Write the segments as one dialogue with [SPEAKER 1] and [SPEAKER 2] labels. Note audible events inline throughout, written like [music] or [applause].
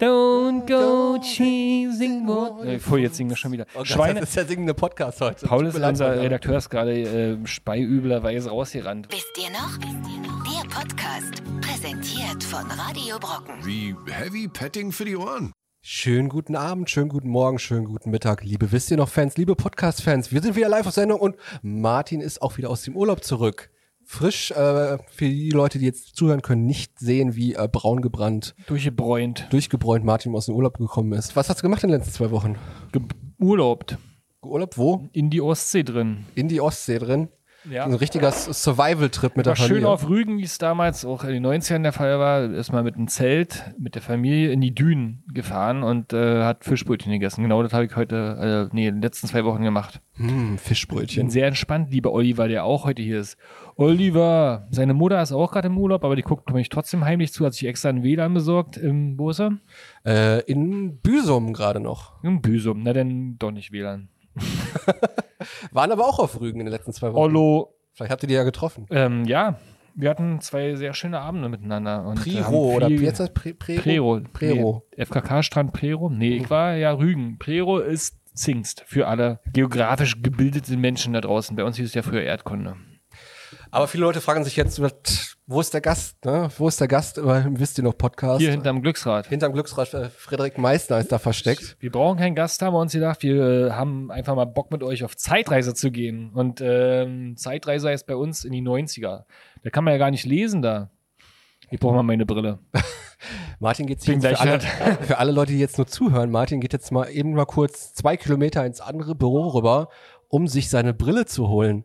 [SPEAKER 1] Don't go chasing what. Äh, voll, jetzt singen wir schon wieder.
[SPEAKER 2] Oh Gott,
[SPEAKER 1] Schweine.
[SPEAKER 2] Das ist der singende Podcast heute.
[SPEAKER 1] Paul
[SPEAKER 2] Tut
[SPEAKER 1] ist
[SPEAKER 2] mir leid,
[SPEAKER 1] unser
[SPEAKER 2] Leute.
[SPEAKER 1] Redakteur, ist gerade äh, speiüblerweise rausgerannt.
[SPEAKER 3] Wisst ihr noch? Der Podcast, präsentiert von Radio Brocken.
[SPEAKER 4] Wie heavy petting for you on?
[SPEAKER 2] Schönen guten Abend, schönen guten Morgen, schönen guten Mittag, liebe Wisst ihr noch Fans, liebe Podcast-Fans. Wir sind wieder live auf Sendung und Martin ist auch wieder aus dem Urlaub zurück. Frisch, äh, für die Leute, die jetzt zuhören können, nicht sehen, wie äh, braun gebrannt,
[SPEAKER 1] Durchgebräunt.
[SPEAKER 2] durchgebräunt Martin aus dem Urlaub gekommen ist. Was hast du gemacht in den letzten zwei Wochen?
[SPEAKER 1] Urlaubt.
[SPEAKER 2] Urlaub wo?
[SPEAKER 1] In die Ostsee drin.
[SPEAKER 2] In die Ostsee drin.
[SPEAKER 1] Ja.
[SPEAKER 2] Ein richtiger S- Survival-Trip mit der
[SPEAKER 1] War
[SPEAKER 2] Familie.
[SPEAKER 1] schön auf Rügen, wie es damals auch in den 90ern der Fall war. Ist mal mit einem Zelt, mit der Familie in die Dünen gefahren und äh, hat Fischbrötchen gegessen. Genau das habe ich heute, äh, nee, in den letzten zwei Wochen gemacht.
[SPEAKER 2] hm,
[SPEAKER 1] Ich bin
[SPEAKER 2] Fischbrötchen.
[SPEAKER 1] sehr entspannt, lieber Oliver, der auch heute hier ist. Oliver, seine Mutter ist auch gerade im Urlaub, aber die guckt mich trotzdem heimlich zu, hat sich extra ein WLAN besorgt im Bose.
[SPEAKER 2] Äh, in Büsum gerade noch.
[SPEAKER 1] Im Büsum, na dann doch nicht WLAN.
[SPEAKER 2] Waren aber auch auf Rügen in den letzten zwei Wochen.
[SPEAKER 1] Ollo,
[SPEAKER 2] Vielleicht habt ihr die ja getroffen.
[SPEAKER 1] ähm, ja, wir hatten zwei sehr schöne Abende miteinander. Und haben
[SPEAKER 2] Priro oder
[SPEAKER 1] viel-
[SPEAKER 2] wie heißt das? Pri-
[SPEAKER 1] Prero.
[SPEAKER 2] Prero.
[SPEAKER 1] Nee, FKK-Strand Prero? Nee, ich war ja Rügen. Prero ist Zingst für alle geografisch gebildeten Menschen da draußen. Bei uns hieß es ja früher Erdkunde.
[SPEAKER 2] Aber viele Leute fragen sich jetzt, was- wo ist der Gast? Ne? Wo ist der Gast? Aber wisst ihr noch Podcast?
[SPEAKER 1] Hier hinterm Glücksrad.
[SPEAKER 2] Hinterm Glücksrad äh, Frederik Meissner ist da versteckt.
[SPEAKER 1] Wir brauchen keinen Gast, haben wir uns gedacht. Wir äh, haben einfach mal Bock mit euch auf Zeitreise zu gehen. Und ähm, Zeitreise heißt bei uns in die 90er. Da kann man ja gar nicht lesen da. Ich brauche mal meine Brille.
[SPEAKER 2] Martin geht
[SPEAKER 1] Bin
[SPEAKER 2] jetzt für
[SPEAKER 1] gleich halt.
[SPEAKER 2] alle, für alle Leute, die jetzt nur zuhören, Martin geht jetzt mal eben mal kurz zwei Kilometer ins andere Büro rüber, um sich seine Brille zu holen.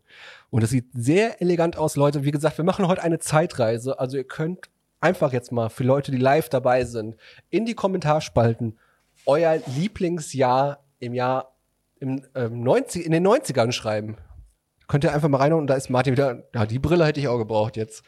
[SPEAKER 2] Und das sieht sehr elegant aus, Leute. Wie gesagt, wir machen heute eine Zeitreise. Also ihr könnt einfach jetzt mal für Leute, die live dabei sind, in die Kommentarspalten euer Lieblingsjahr im Jahr im, ähm, 90, in den 90ern schreiben. Könnt ihr einfach mal reinhauen und da ist Martin wieder. Ja, die Brille hätte ich auch gebraucht jetzt.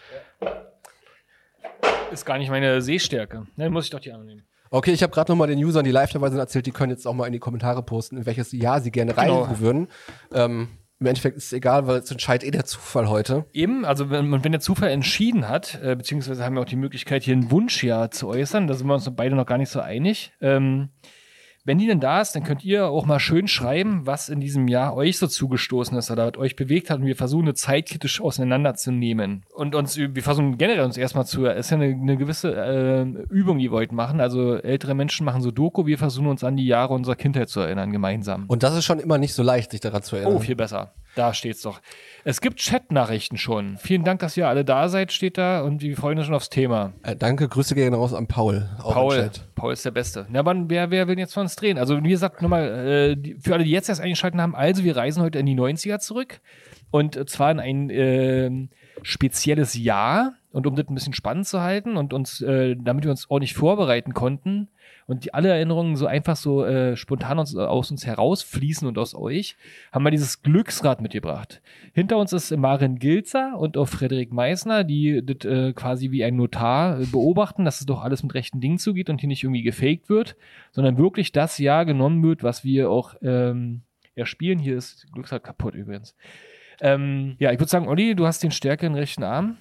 [SPEAKER 1] Ist gar nicht meine Sehstärke. Dann muss ich doch die andere nehmen.
[SPEAKER 2] Okay, ich habe gerade nochmal den Usern, die live dabei sind, erzählt, die können jetzt auch mal in die Kommentare posten, in welches Jahr sie gerne reisen
[SPEAKER 1] Genau.
[SPEAKER 2] würden. Ähm, Im Endeffekt ist es egal, weil es entscheidet eh der Zufall heute.
[SPEAKER 1] Eben, also wenn, und wenn der Zufall entschieden hat, äh, beziehungsweise haben wir auch die Möglichkeit, hier einen Wunsch ja zu äußern, da sind wir uns beide noch gar nicht so einig. Ähm, wenn die denn da ist, dann könnt ihr auch mal schön schreiben, was in diesem Jahr euch so zugestoßen ist oder was euch bewegt hat. Und wir versuchen, eine zeitkritisch auseinanderzunehmen. Und uns, wir versuchen generell uns erstmal zu, es ist ja eine, eine gewisse äh, Übung, die wir heute machen. Also ältere Menschen machen so Doku, wir versuchen uns an die Jahre unserer Kindheit zu erinnern, gemeinsam.
[SPEAKER 2] Und das ist schon immer nicht so leicht, sich daran zu erinnern.
[SPEAKER 1] Oh, viel besser. Da steht's doch. Es gibt Chat-Nachrichten schon. Vielen Dank, dass ihr alle da seid, steht da. Und wir freuen uns schon aufs Thema.
[SPEAKER 2] äh, danke, Grüße gehen raus an Paul. auch im
[SPEAKER 1] Paul.
[SPEAKER 2] Chat.
[SPEAKER 1] Paul ist der Beste. Na, wann, wer, wer will jetzt von uns drehen? Also, wie gesagt, nochmal, äh, die- für alle, die jetzt erst eingeschaltet haben, also wir reisen heute in die 90er zurück. Und äh, zwar in ein ähm, spezielles Jahr. Und um das ein bisschen spannend zu halten und uns, äh, damit wir uns ordentlich vorbereiten konnten und die, alle Erinnerungen so einfach so äh, spontan uns, aus uns herausfließen und aus euch, haben wir dieses Glücksrad mitgebracht. Hinter uns ist Marin Gilzer und auch Frederik Meissner, die das äh, quasi wie ein Notar äh, beobachten, dass es doch alles mit rechten Dingen zugeht und hier nicht irgendwie gefaked wird, sondern wirklich das Jahr genommen wird, was wir auch ähm, erspielen. Hier ist das Glücksrad kaputt übrigens. Ähm, ja, ich würde sagen, Olli, du hast den stärkeren rechten Arm.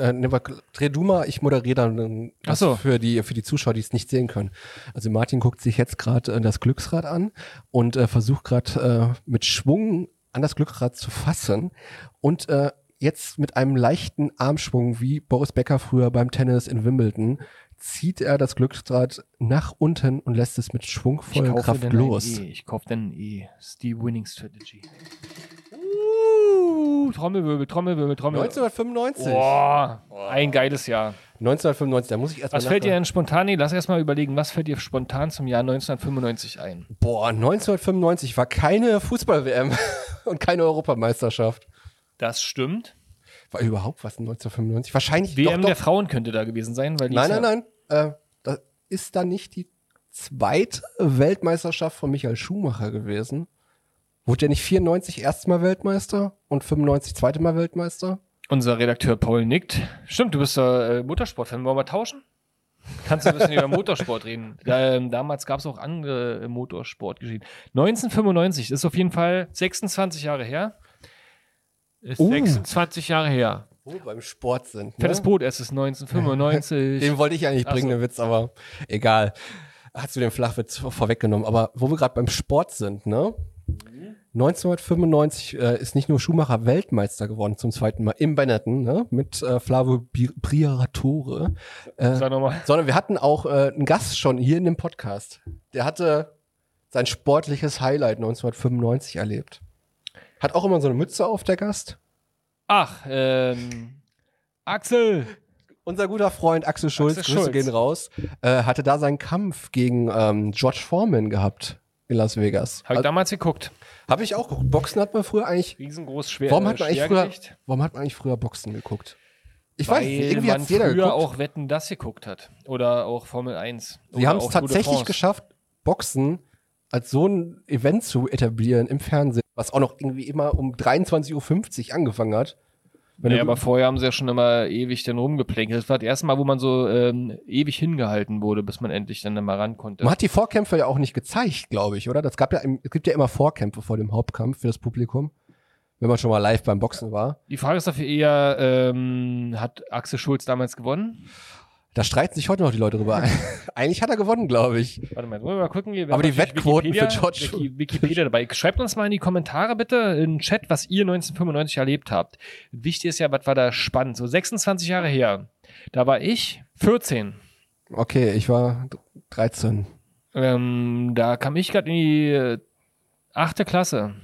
[SPEAKER 2] Äh, ne, warte, dreh du mal, ich moderiere dann ähm, das
[SPEAKER 1] Ach so.
[SPEAKER 2] für, die, für die Zuschauer, die es nicht sehen können. Also Martin guckt sich jetzt gerade äh, das Glücksrad an und äh, versucht gerade äh, mit Schwung an das Glücksrad zu fassen und äh, jetzt mit einem leichten Armschwung, wie Boris Becker früher beim Tennis in Wimbledon, zieht er das Glücksrad nach unten und lässt es mit
[SPEAKER 1] Ich
[SPEAKER 2] schwungvoller
[SPEAKER 1] kaufe
[SPEAKER 2] Kraft
[SPEAKER 1] denn
[SPEAKER 2] los.
[SPEAKER 1] Ein e. Ich kaufe dann ein E. Das ist die Winning Strategy. Uh, Trommelwirbel, Trommelwirbel, Trommelwirbel.
[SPEAKER 2] 1995.
[SPEAKER 1] Boah, ein geiles Jahr.
[SPEAKER 2] 1995, da muss ich erstmal
[SPEAKER 1] Was fällt dir denn spontan? Nee, lass erstmal überlegen, was fällt dir spontan zum Jahr 1995 ein?
[SPEAKER 2] Boah, 1995 war keine Fußball-WM [laughs] und keine Europameisterschaft.
[SPEAKER 1] Das stimmt.
[SPEAKER 2] War überhaupt was in 1995? Wahrscheinlich
[SPEAKER 1] WM
[SPEAKER 2] doch,
[SPEAKER 1] der
[SPEAKER 2] doch.
[SPEAKER 1] Frauen könnte da gewesen sein, weil die
[SPEAKER 2] Nein,
[SPEAKER 1] ist ja-
[SPEAKER 2] nein, nein. Äh, das ist dann nicht die zweite Weltmeisterschaft von Michael Schumacher gewesen. Wurde der nicht 94 erstes Mal Weltmeister und 95 zweite Mal Weltmeister?
[SPEAKER 1] Unser Redakteur Paul nickt. Stimmt, du bist ja äh, Motorsportfan. Wollen wir mal tauschen? Kannst du ein bisschen über Motorsport reden? Da, ähm, damals gab es auch andere äh, Motorsportgeschichten. 1995 ist auf jeden Fall 26 Jahre her.
[SPEAKER 5] Ist
[SPEAKER 2] Uh.
[SPEAKER 5] 26 Jahre her.
[SPEAKER 2] Wo wir beim Sport sind. ne?
[SPEAKER 1] Fettes Brot, es ist 1995.
[SPEAKER 2] [laughs] Den wollte ich eigentlich bringen,
[SPEAKER 1] Ach so.
[SPEAKER 2] den Witz, aber egal. hast du den Flachwitz vor- vorweggenommen. Aber wo wir gerade beim Sport sind, ne? 1995 äh, ist nicht nur Schumacher Weltmeister geworden zum zweiten Mal im Benetton, ne? Mit äh, Flavio Bi- Briatore. Äh,
[SPEAKER 1] Sag nochmal.
[SPEAKER 2] sondern wir hatten auch äh, einen Gast schon hier in dem Podcast. Der hatte sein sportliches Highlight 1995 erlebt. Hat auch immer so eine Mütze auf, der Gast.
[SPEAKER 1] Ach, ähm, Axel.
[SPEAKER 2] Unser guter Freund Axel Schulz,
[SPEAKER 1] Axel
[SPEAKER 2] Grüße
[SPEAKER 1] Schulz.
[SPEAKER 2] gehen raus, äh, hatte da seinen Kampf gegen ähm, George Foreman gehabt in Las Vegas.
[SPEAKER 1] Habe ich damals geguckt.
[SPEAKER 2] Habe ich auch geguckt. Boxen hat man früher eigentlich.
[SPEAKER 1] Riesengroß, schwer.
[SPEAKER 2] Warum
[SPEAKER 1] äh,
[SPEAKER 2] hat man eigentlich früher,
[SPEAKER 1] Schwergewicht.
[SPEAKER 2] warum hat man eigentlich früher Boxen geguckt? Ich weiß
[SPEAKER 1] Weil
[SPEAKER 2] nicht, irgendwie
[SPEAKER 1] man
[SPEAKER 2] hat jeder
[SPEAKER 1] früher
[SPEAKER 2] geguckt.
[SPEAKER 1] auch Wetten, das geguckt hat. Oder auch Formel 1.
[SPEAKER 2] Sie
[SPEAKER 1] Oder
[SPEAKER 2] haben
[SPEAKER 1] auch
[SPEAKER 2] es
[SPEAKER 1] Tour de
[SPEAKER 2] tatsächlich
[SPEAKER 1] France.
[SPEAKER 2] geschafft, Boxen als so ein Event zu etablieren im Fernsehen, was auch noch irgendwie immer um 23.50 Uhr angefangen hat. Wenn
[SPEAKER 1] Naja,
[SPEAKER 2] du-
[SPEAKER 1] aber vorher haben sie ja schon immer ewig dann rumgeplänkelt. Das war das erste Mal, wo man so ähm, ewig hingehalten wurde, bis man endlich dann da mal ran konnte.
[SPEAKER 2] man hat die Vorkämpfe ja auch nicht gezeigt, glaube ich, oder? Das gab ja, im- es gibt ja immer Vorkämpfe vor dem Hauptkampf für das Publikum, wenn man schon mal live beim Boxen war.
[SPEAKER 1] Die Frage ist dafür eher, ähm, hat Axel Schulz damals gewonnen?
[SPEAKER 2] Da streiten sich heute noch die Leute drüber. [laughs] Eigentlich hat er gewonnen, glaube ich.
[SPEAKER 1] Warte mal, wollen wir mal gucken. Wir
[SPEAKER 2] Aber
[SPEAKER 1] haben
[SPEAKER 2] die
[SPEAKER 1] natürlich
[SPEAKER 2] Wettquoten
[SPEAKER 1] Wikipedia-
[SPEAKER 2] für George
[SPEAKER 1] Wiki-
[SPEAKER 2] Schulz.
[SPEAKER 1] Wikipedia dabei. Schreibt uns mal in die Kommentare bitte, in den Chat, was ihr 1995 erlebt habt. Wichtig ist ja, was war da spannend? So 26 Jahre her. Da war ich 14.
[SPEAKER 2] Okay, ich war 13.
[SPEAKER 1] Ähm, da kam ich gerade in die äh, achte Klasse.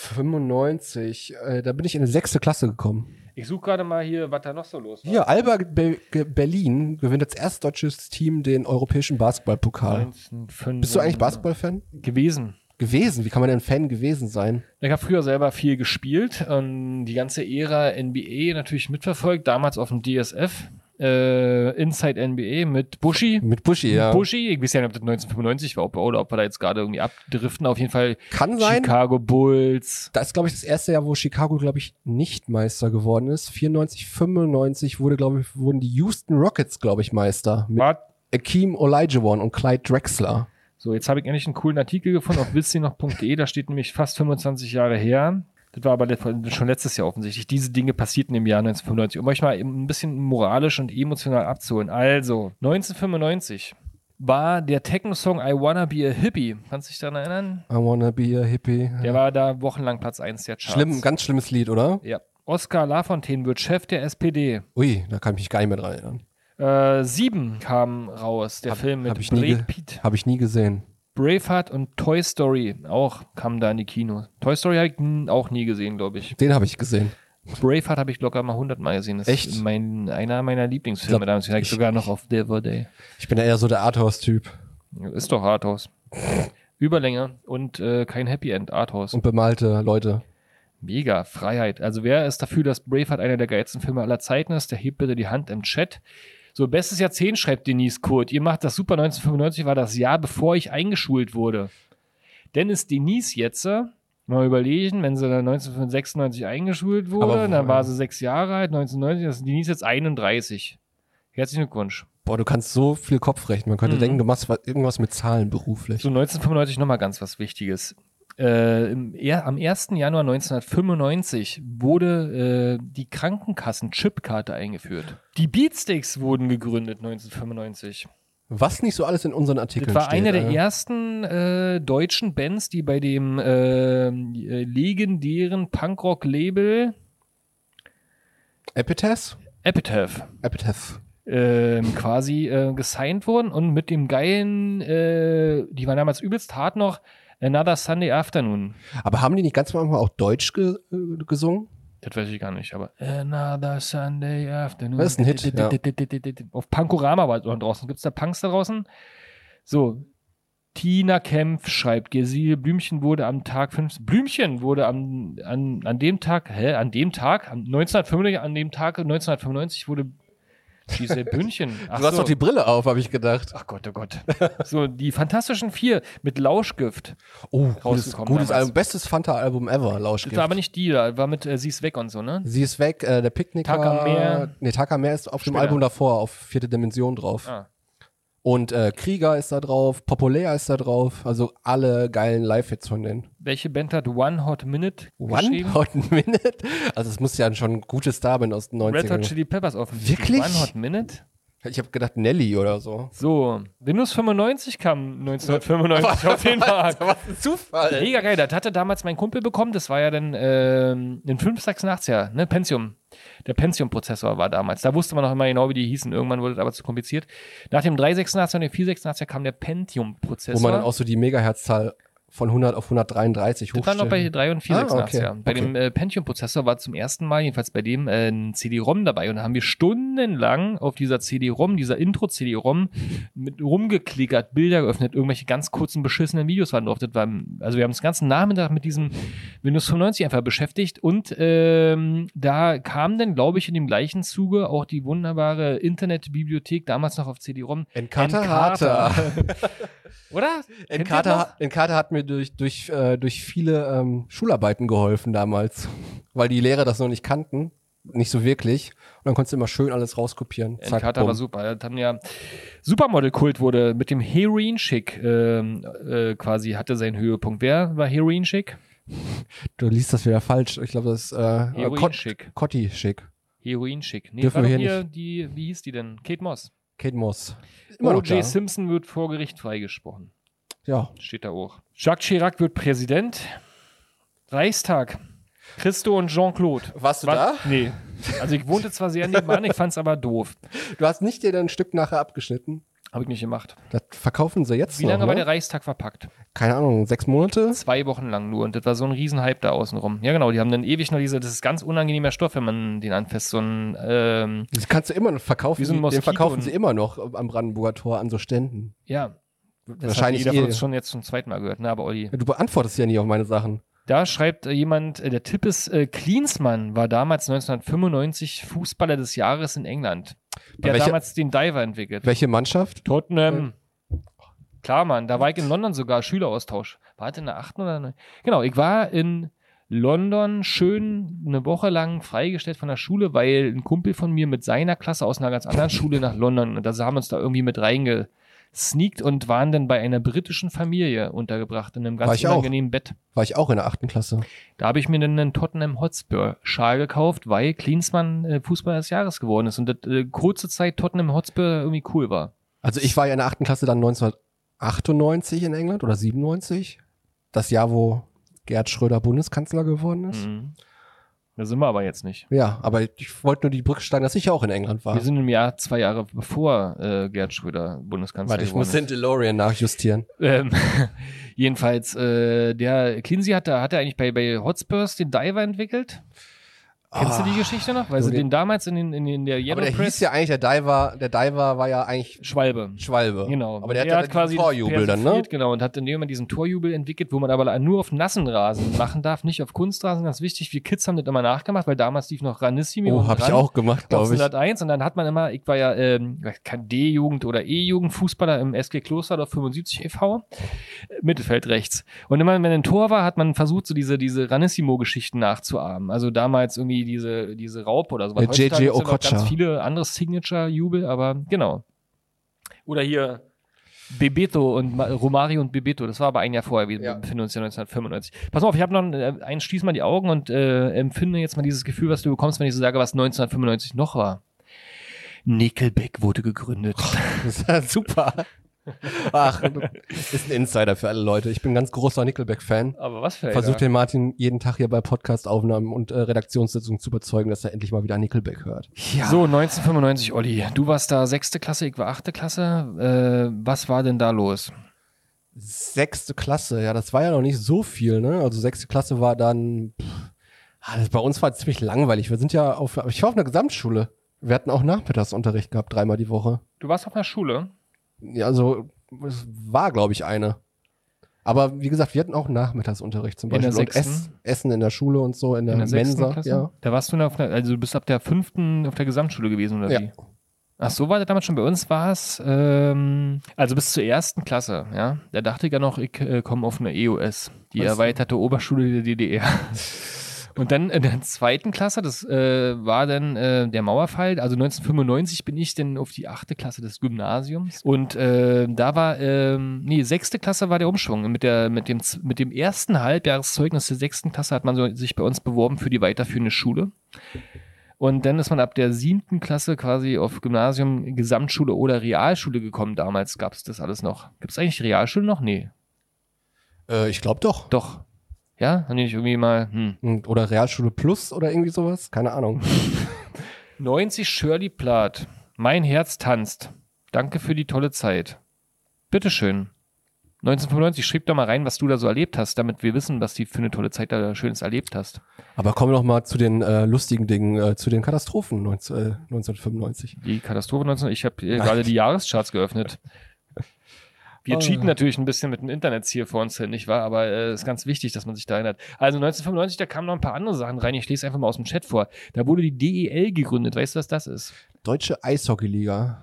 [SPEAKER 2] 95, äh, da bin ich in die sechste Klasse gekommen.
[SPEAKER 1] Ich suche gerade mal hier, was da noch so los war.
[SPEAKER 2] Hier, Alba Be Ge- Berlin gewinnt als erstdeutsches Team den europäischen Basketballpokal.
[SPEAKER 1] 1995.
[SPEAKER 2] Bist du eigentlich Basketballfan?
[SPEAKER 1] gewesen?
[SPEAKER 2] Gewesen. Wie kann man denn Fan gewesen sein?
[SPEAKER 1] Ich habe früher selber viel gespielt, ähm, die ganze Ära NBA natürlich mitverfolgt, damals auf dem DSF, äh, Inside NBA mit Bushi.
[SPEAKER 2] Mit Buschi, ja.
[SPEAKER 1] Bushi, ich weiß ja nicht, ob das 1995 war ob- oder ob wir da jetzt gerade irgendwie abdriften, auf jeden Fall
[SPEAKER 2] Kann sein.
[SPEAKER 1] Chicago Bulls.
[SPEAKER 2] Das ist, glaube ich, das erste Jahr, wo Chicago, glaube ich, nicht Meister geworden ist. 94, 95 wurde, glaube ich, wurden die Houston Rockets, glaube ich, Meister. Mit
[SPEAKER 1] Wart-
[SPEAKER 2] Akeem Olajuwon und Clyde Drexler.
[SPEAKER 1] So, jetzt habe ich endlich einen coolen Artikel gefunden auf witzinoch.de, da steht nämlich fast 25 Jahre her. Das war aber le- schon letztes Jahr offensichtlich. Diese Dinge passierten im Jahr 1995. Um euch mal eben ein bisschen moralisch und emotional abzuholen. Also, 1995 war der Techno-Song I Wanna Be a Hippie. Kannst du dich daran erinnern?
[SPEAKER 2] I wanna be a hippie.
[SPEAKER 1] Der war da wochenlang Platz 1 der Charts.
[SPEAKER 2] Schlimm, ganz schlimmes Lied, oder?
[SPEAKER 1] Ja. Oskar Lafontaine wird Chef der SPD.
[SPEAKER 2] Ui, da kann ich mich gar nicht mehr dran erinnern.
[SPEAKER 1] Äh, Sieben kam raus, der Film mit
[SPEAKER 2] Habe ich, nie
[SPEAKER 1] Brad
[SPEAKER 2] ge-
[SPEAKER 1] Pitt.
[SPEAKER 2] hab ich nie gesehen.
[SPEAKER 1] Braveheart und Toy Story auch kamen da in die Kinos. Toy Story habe ich n- auch nie gesehen, glaube ich.
[SPEAKER 2] Den habe ich gesehen.
[SPEAKER 1] Braveheart habe ich locker mal 100 Mal gesehen. Das
[SPEAKER 2] Echt?
[SPEAKER 1] ist mein, einer meiner Lieblingsfilme
[SPEAKER 2] Ich glaub,
[SPEAKER 1] damals. Den hab ich
[SPEAKER 2] ich-
[SPEAKER 1] sogar noch auf Day.
[SPEAKER 2] Ich bin ja eher so der Arthouse-Typ.
[SPEAKER 1] Ist doch
[SPEAKER 2] [laughs]
[SPEAKER 1] Arthouse. Überlänge und äh, kein Happy End, Arthouse.
[SPEAKER 2] und bemalte Leute.
[SPEAKER 1] Mega, Freiheit. Also wer ist dafür, dass Braveheart einer der geilsten Filme aller Zeiten ist, der hebt bitte die Hand im Chat. So, bestes Jahrzehnt, schreibt Denise Kurt. Ihr macht das super. 1995 war das Jahr, bevor ich eingeschult wurde. Denn ist Denise jetzt, äh, mal überlegen, wenn sie dann 1996 eingeschult wurde,
[SPEAKER 2] Aber wo-
[SPEAKER 1] dann war sie sechs Jahre alt, 1990, das ist Denise jetzt 31. Herzlichen Glückwunsch.
[SPEAKER 2] Boah, du kannst so viel Kopf rechnen. Man könnte
[SPEAKER 1] Mhm.
[SPEAKER 2] denken, du machst was, irgendwas mit Zahlen beruflich.
[SPEAKER 1] So 1995 nochmal ganz was Wichtiges. Äh, im, er, am 1. Januar 1995 wurde äh, die Krankenkassen-Chipkarte eingeführt. Die Beatsticks wurden gegründet 1995.
[SPEAKER 2] Was nicht so alles in unseren Artikeln
[SPEAKER 1] Das war
[SPEAKER 2] steht.
[SPEAKER 1] eine der
[SPEAKER 2] äh.
[SPEAKER 1] ersten äh, deutschen Bands, die bei dem äh, äh, legendären Punkrock-Label
[SPEAKER 2] Epitaph?
[SPEAKER 1] Epitaph
[SPEAKER 2] Epitaph.
[SPEAKER 1] ähm, quasi äh, gesigned wurden und mit dem geilen, äh, die waren damals übelst hart noch, Another Sunday Afternoon.
[SPEAKER 2] Aber haben die nicht ganz manchmal auch Deutsch ge äh, gesungen?
[SPEAKER 1] Das weiß ich gar nicht, aber. Another Sunday Afternoon.
[SPEAKER 2] Das ist ein Hit, ja.
[SPEAKER 1] Auf Pankorama war es da draußen. Gibt es da Punks da draußen? So. Tina Kempf schreibt, Gesile Blümchen wurde am Tag 5. Blümchen wurde am, an, an dem Tag, hä, an dem Tag, am 1995, an dem Tag 1995 wurde Giselle
[SPEAKER 2] [laughs]
[SPEAKER 1] Blümchen. Ach
[SPEAKER 2] du hast
[SPEAKER 1] so.
[SPEAKER 2] doch die Brille auf, habe ich gedacht.
[SPEAKER 1] Ach Gott, oh Gott. So, die Fantastischen Vier mit Lauschgift.
[SPEAKER 2] Oh, gutes,
[SPEAKER 1] rausgekommen
[SPEAKER 2] gutes
[SPEAKER 1] damals.
[SPEAKER 2] Album. Bestes Fanta-Album ever,
[SPEAKER 1] Das
[SPEAKER 2] Lauschgift.
[SPEAKER 1] war aber nicht die da, war mit äh, Sie ist weg und so, ne?
[SPEAKER 2] Sie ist weg, äh, der Picknicker.
[SPEAKER 1] Tag am Meer.
[SPEAKER 2] Nee, Tag am Meer ist auf dem
[SPEAKER 1] Später.
[SPEAKER 2] Album davor, auf vierte Dimension drauf.
[SPEAKER 1] Ah.
[SPEAKER 2] Und äh, Krieger ist da drauf, Populär ist da drauf. Also alle geilen Live-Hits von denen.
[SPEAKER 1] Welche Band hat One Hot Minute geschrieben?
[SPEAKER 2] One [laughs] Hot Minute? Also es muss ja schon ein gutes Star bin aus den
[SPEAKER 1] Red Hot
[SPEAKER 2] 90ern.
[SPEAKER 1] Chili Peppers offensichtlich.
[SPEAKER 2] Wirklich?
[SPEAKER 1] One Hot Minute?
[SPEAKER 2] Ich habe gedacht Nelly oder so.
[SPEAKER 1] So, Windows 95 kam
[SPEAKER 2] [laughs]
[SPEAKER 1] 1995 auf den Markt.
[SPEAKER 2] Was ein Zufall.
[SPEAKER 1] Mega geil, das hatte damals mein Kumpel bekommen, das war ja dann ähm, ein 586er, ne, Pentium. Der Pentium-Prozessor war damals. Da wusste man noch immer genau, wie die hießen. Irgendwann wurde es aber zu kompliziert. Nach dem 386er und dem 486er kam der Pentium-Prozessor.
[SPEAKER 2] Wo man dann auch so die Megahertzzahl von 100 auf 133
[SPEAKER 1] Das waren noch bei
[SPEAKER 2] hochstellt.
[SPEAKER 1] 3 und 4
[SPEAKER 2] Ah,
[SPEAKER 1] 86
[SPEAKER 2] okay,
[SPEAKER 1] ja. Bei
[SPEAKER 2] okay.
[SPEAKER 1] dem äh, Pentium-Prozessor war zum ersten Mal, jedenfalls bei dem, äh, ein CD-ROM dabei. Und da haben wir stundenlang auf dieser CD-ROM, dieser Intro-CD-ROM, mit rumgeklickert, Bilder geöffnet, irgendwelche ganz kurzen, beschissenen Videos waren drauf. Das war, also wir haben uns den ganzen Nachmittag mit diesem Windows 95 einfach beschäftigt. Und ähm, da kam dann, glaube ich, in dem gleichen Zuge auch die wunderbare Internetbibliothek, damals noch auf CD-ROM.
[SPEAKER 2] Encarta Harta.
[SPEAKER 1] [laughs] Oder? Kennt ihr das noch?
[SPEAKER 2] Encarta Encarta hat mir durch, durch, äh, durch viele ähm, Schularbeiten geholfen damals, [laughs] weil die Lehrer das noch nicht kannten, nicht so wirklich. Und dann konntest du immer schön alles rauskopieren. Zack,
[SPEAKER 1] Encarta war
[SPEAKER 2] bumm.
[SPEAKER 1] super. Das haben ja Supermodel-Kult wurde mit dem Heroin Chic ähm, äh, quasi hatte seinen Höhepunkt. Wer war Heroin Chic?
[SPEAKER 2] Du liest das wieder falsch. Ich glaube, das ist äh, äh,
[SPEAKER 1] Heroin
[SPEAKER 2] Cot
[SPEAKER 1] Chic.
[SPEAKER 2] Cotti schick.
[SPEAKER 1] Heroin Chic. Nee,
[SPEAKER 2] Dürfen
[SPEAKER 1] war
[SPEAKER 2] wir
[SPEAKER 1] doch
[SPEAKER 2] hier
[SPEAKER 1] hier die, wie hieß die denn? Kate Moss.
[SPEAKER 2] Kate Moss. Immer noch
[SPEAKER 1] O.J.
[SPEAKER 2] da.
[SPEAKER 1] Simpson wird vor Gericht freigesprochen.
[SPEAKER 2] Ja.
[SPEAKER 1] Steht da auch. Jacques Chirac wird Präsident. Reichstag. Christo und Jean-Claude.
[SPEAKER 2] Warst du
[SPEAKER 1] Was? Nee. Also ich wohnte zwar sehr nebenan, ich fand es aber doof.
[SPEAKER 2] da? Du hast nicht dir dein Stück nachher abgeschnitten.
[SPEAKER 1] Habe ich nicht gemacht.
[SPEAKER 2] Das verkaufen sie jetzt
[SPEAKER 1] Wie
[SPEAKER 2] noch.
[SPEAKER 1] lange war
[SPEAKER 2] ne?
[SPEAKER 1] der Reichstag verpackt?
[SPEAKER 2] Keine Ahnung, sechs Monate?
[SPEAKER 1] zwei Wochen lang nur. Und das war so ein Riesenhype da außenrum. Ja, genau, die haben dann ewig nur diese, das ist ganz unangenehmer Stoff, wenn man den anfasst. So ein, ähm,
[SPEAKER 2] Das kannst du immer noch verkaufen.
[SPEAKER 1] Wie so ein
[SPEAKER 2] Den
[SPEAKER 1] Moskito-
[SPEAKER 2] verkaufen sie immer noch am Brandenburger Tor an so Ständen.
[SPEAKER 1] ja. Das
[SPEAKER 2] Wahrscheinlich
[SPEAKER 1] hat jeder von
[SPEAKER 2] eh.
[SPEAKER 1] uns schon jetzt zum zweiten Mal gehört, ne? Aber Olli.
[SPEAKER 2] Du beantwortest ja nie auf meine Sachen.
[SPEAKER 1] Da schreibt äh, jemand, äh, der Tipp ist, äh, Klinsmann war damals 1995 Fußballer des Jahres in England. Der hat
[SPEAKER 2] welcher-
[SPEAKER 1] damals den Diver entwickelt.
[SPEAKER 2] Welche Mannschaft?
[SPEAKER 1] Tottenham.
[SPEAKER 2] Äh.
[SPEAKER 1] Klar, Mann, da war ich in London sogar, Schüleraustausch. War das in der 8. oder 9.? Genau, ich war in London schön eine Woche lang freigestellt von der Schule, weil ein Kumpel von mir mit seiner Klasse aus einer ganz anderen Schule nach London und da haben wir uns da irgendwie mit reingesneakt und waren dann bei einer britischen Familie untergebracht in einem
[SPEAKER 2] War
[SPEAKER 1] ganz
[SPEAKER 2] ich auch.
[SPEAKER 1] unangenehmen Bett.
[SPEAKER 2] War ich auch in der achten Klasse.
[SPEAKER 1] Da habe ich mir dann einen Tottenham Hotspur Schal gekauft, weil Klinsmann äh, Fußballer des Jahres geworden ist und das, äh, kurze Zeit Tottenham Hotspur irgendwie cool war.
[SPEAKER 2] Also ich war ja in der achten Klasse dann 1998 in England oder 97. Das Jahr, wo Gerd Schröder Bundeskanzler geworden ist.
[SPEAKER 1] Mhm. Da sind wir aber jetzt nicht.
[SPEAKER 2] Ja, aber ich wollte nur die Brücke steigen, dass ich auch in England war.
[SPEAKER 1] Wir sind im Jahr zwei Jahre bevor äh, Gerd Schröder Bundeskanzler
[SPEAKER 2] Warte, ich
[SPEAKER 1] geworden
[SPEAKER 2] muss den
[SPEAKER 1] ist.
[SPEAKER 2] DeLorean nachjustieren.
[SPEAKER 1] Ähm, [laughs] jedenfalls, äh, der Cleansey hat, da- hat er eigentlich bei, bei Hotspurs den Diver entwickelt. Kennst du die Geschichte noch? Weil
[SPEAKER 2] du,
[SPEAKER 1] sie
[SPEAKER 2] Ah. den-
[SPEAKER 1] den damals in, den, in, den, der Yellow
[SPEAKER 2] Aber der
[SPEAKER 1] Press
[SPEAKER 2] hieß ja eigentlich, der Diver, der Diver war ja eigentlich
[SPEAKER 1] Schwalbe.
[SPEAKER 2] Schwalbe.
[SPEAKER 1] Genau.
[SPEAKER 2] Aber der
[SPEAKER 1] Er
[SPEAKER 2] hat, ja quasi Torjubel dann, ne?
[SPEAKER 1] persifliert, Genau, und hat dann irgendwann diesen Torjubel entwickelt, wo man aber nur auf nassen Rasen machen darf, nicht auf Kunstrasen. Ganz wichtig, wir Kids haben das immer nachgemacht, weil damals lief noch Ranissimi.
[SPEAKER 2] Oh,
[SPEAKER 1] unten
[SPEAKER 2] habe ich
[SPEAKER 1] dran.
[SPEAKER 2] auch gemacht, glaube ich.
[SPEAKER 1] 1901 und dann hat man immer, ich war ja ähm, kein D-Jugend oder E-Jugend Fußballer im SG Klosterdorf 75 e.V. äh, e Mittelfeld rechts. Und immer wenn ein Tor war, hat man versucht, so diese, diese Ranissimo-Geschichten nachzuahmen. Also damals irgendwie diese, diese Raupe oder sowas.
[SPEAKER 2] Mit JJ
[SPEAKER 1] Heutzutage gibt's ja noch
[SPEAKER 2] Okocha.
[SPEAKER 1] Ganz viele andere Signature-Jubel, aber genau. Oder hier Bebeto und Ma Romario und Bebeto, das war aber ein Jahr vorher, wir
[SPEAKER 2] Ja.
[SPEAKER 1] befinden uns ja 1995. Pass mal auf, ich habe noch einen, einen schließ mal die Augen und äh, empfinde jetzt mal dieses Gefühl, was du bekommst, wenn ich so sage, was 1995 noch war. Nickelback wurde gegründet.
[SPEAKER 2] [laughs] Das ist ja super. Ach, ist ein Insider für alle Leute. Ich bin ein ganz großer Nickelback-Fan.
[SPEAKER 1] [laughs] aber was für ein
[SPEAKER 2] Versucht den Martin jeden Tag hier bei Podcast-Aufnahmen und äh, Redaktionssitzungen zu überzeugen, dass er endlich mal wieder Nickelback hört.
[SPEAKER 1] ja. So, 1995, Olli. Du warst da sechste Klasse, ich war achte Klasse. Äh, was war denn da los?
[SPEAKER 2] Sechste Klasse, ja, das war ja noch nicht so viel, ne? Also sechste Klasse war dann, pff, ah, das bei uns war ziemlich langweilig. Wir sind ja auf, ich war auf einer Gesamtschule. Wir hatten auch Nachmittagsunterricht gehabt, dreimal die Woche.
[SPEAKER 1] Du warst auf einer Schule.
[SPEAKER 2] Ja, also es war, glaube ich, eine. Aber wie gesagt, wir hatten auch Nachmittagsunterricht zum
[SPEAKER 1] In der
[SPEAKER 2] Beispiel und Ess,
[SPEAKER 1] sechsten?
[SPEAKER 2] Essen in der Schule und so, in der,
[SPEAKER 1] in der sechsten
[SPEAKER 2] Mensa.
[SPEAKER 1] Klasse?
[SPEAKER 2] Ja.
[SPEAKER 1] Da warst du auf einer, also du bist ab der fünften auf der Gesamtschule gewesen, oder
[SPEAKER 2] Ja.
[SPEAKER 1] wie? Ach, so war das damals schon bei uns, war es, ähm, also bis zur ersten Klasse, ja. Da dachte ich ja noch, ich äh, komme auf eine EOS, die
[SPEAKER 2] Was?
[SPEAKER 1] erweiterte Oberschule der DDR. Und dann in der zweiten Klasse, das äh, war dann äh, der Mauerfall, also 1995 bin ich dann auf die achte Klasse des Gymnasiums. Und äh, da war, ähm, nee, sechste Klasse war der Umschwung. Mit, der, mit, dem, Z- mit dem ersten Halbjahreszeugnis der sechsten Klasse hat man so, sich bei uns beworben für die weiterführende Schule. Und dann ist man ab der siebten Klasse quasi auf Gymnasium, Gesamtschule oder Realschule gekommen. Damals gab es das alles noch. Gibt es eigentlich Realschule noch? Nee.
[SPEAKER 2] Äh, ich glaube doch.
[SPEAKER 1] Doch. Ja? Haben die nicht irgendwie mal. Hm.
[SPEAKER 2] Und- Oder Realschule Plus oder irgendwie sowas? Keine Ahnung.
[SPEAKER 1] 90 Shirley Plath. Mein Herz tanzt. Danke für die tolle Zeit. Bitteschön. 1995, schrieb doch mal rein, was du da so erlebt hast, damit wir wissen, was die für eine tolle Zeit da Schönes erlebt hast.
[SPEAKER 2] Aber kommen wir noch mal zu den äh, lustigen Dingen, äh, zu den Katastrophen 19, äh, 1995.
[SPEAKER 1] Die Katastrophe 19, ich habe äh, gerade die Jahrescharts geöffnet. Wir
[SPEAKER 2] Oh.
[SPEAKER 1] cheaten natürlich ein bisschen mit dem Internet hier vor uns hin, nicht wahr? Aber es äh, ist ganz wichtig, dass man sich da erinnert. Also 1995, da kamen noch ein paar andere Sachen rein. Ich lese einfach mal aus dem Chat vor. Da wurde die DEL gegründet. Weißt du, was das ist?
[SPEAKER 2] Deutsche Eishockeyliga.